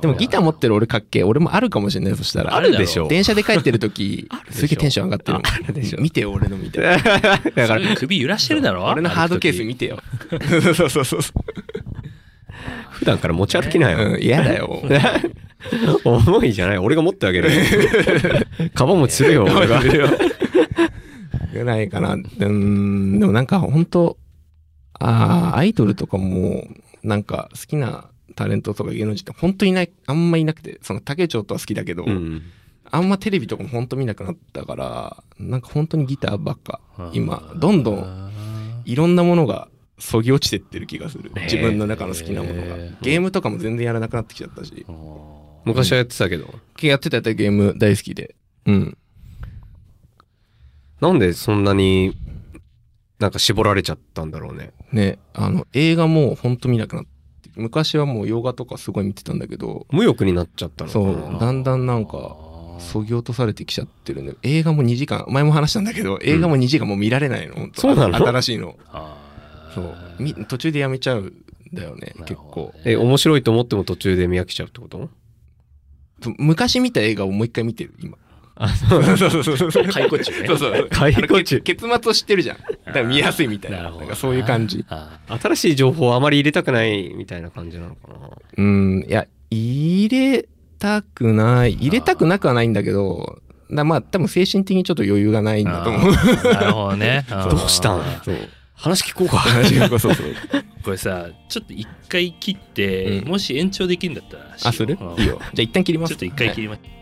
Speaker 2: でもギター持ってる俺かっけえ俺もあるかもしれないそしたら
Speaker 3: あるでしょ
Speaker 2: 電車で帰ってる時
Speaker 3: でしょ
Speaker 2: すげえテンション上がってるもん
Speaker 3: あるでしょ
Speaker 2: 見てよ俺のみたいな
Speaker 3: だから、
Speaker 1: 首揺らしてるだろ
Speaker 2: 俺のハードケース見 てよそうそうそうそ
Speaker 3: 普段から持ち歩き な
Speaker 2: う、う
Speaker 3: よ
Speaker 2: ん、。嫌だ よ
Speaker 3: 重いじゃない俺が持ってあげる。カバンもつ るよ、俺が。
Speaker 2: ぐらいかなうーんでもなんかほんとああアイドルとかもなんか好きなタレントとか芸能人ってほんといないあんまいなくてその竹内とは好きだけど、
Speaker 3: うん。
Speaker 2: あんまテレビとかもほんと見なくなったからなんか本当にギターばっか今どんどん
Speaker 1: ん
Speaker 2: いろんなものがそぎ落ちてってる気がする
Speaker 1: へー
Speaker 2: 自分の中の好きなものが
Speaker 1: へー
Speaker 2: ゲームとかも全然やらなくなってきちゃったし
Speaker 3: 昔はやってたけど。
Speaker 2: やってたやったゲーム大好きでうん
Speaker 3: なんでそんなになんか絞られちゃったんだろうね。
Speaker 2: ねあの映画もほんと見なくなって昔はもう洋画とかすごい見てたんだけど
Speaker 3: 無欲になっちゃったのかな。
Speaker 2: そうだんだんなんかそぎ落とされてきちゃってるね映画も2時間前も話したんだけど映画も2時間もう見られないの、ほんと
Speaker 3: そうなの
Speaker 2: 新しいの
Speaker 1: あー
Speaker 2: そうみ途中でやめちゃうんだよね
Speaker 1: な
Speaker 2: 結
Speaker 1: るほど
Speaker 2: 構
Speaker 1: ね
Speaker 3: え、面白いと思っても途中で見飽きちゃうってこと
Speaker 2: そう昔見た映画をもう一回見てる今
Speaker 3: あ、そう。
Speaker 2: そうそうそうそう
Speaker 1: 解雇中ね
Speaker 2: そうそう。
Speaker 3: 解雇
Speaker 2: あのけ結末を知ってるじゃん。だから見やすいみたいな。
Speaker 1: なる
Speaker 2: な
Speaker 1: ほど
Speaker 2: んかそういう感じ。
Speaker 1: あ
Speaker 3: 新しい情報をあまり入れたくないみたいな感じなのかな。
Speaker 2: うん、いや、入れたくない。入れたくなくはないんだけど、 だまあ多分精神的にちょっと余裕がないんだと思う。
Speaker 1: ーなるほどね
Speaker 3: どうしたん
Speaker 1: あー
Speaker 2: そう。
Speaker 3: 話聞こうか。
Speaker 2: 話がそうそう。
Speaker 1: これさちょっと一回切って、
Speaker 2: うん
Speaker 1: もし延長できるんだったらしよう
Speaker 2: あ、する
Speaker 1: うん
Speaker 2: いいよ。じゃあ一旦切ります。
Speaker 1: ちょっと一回切りましょう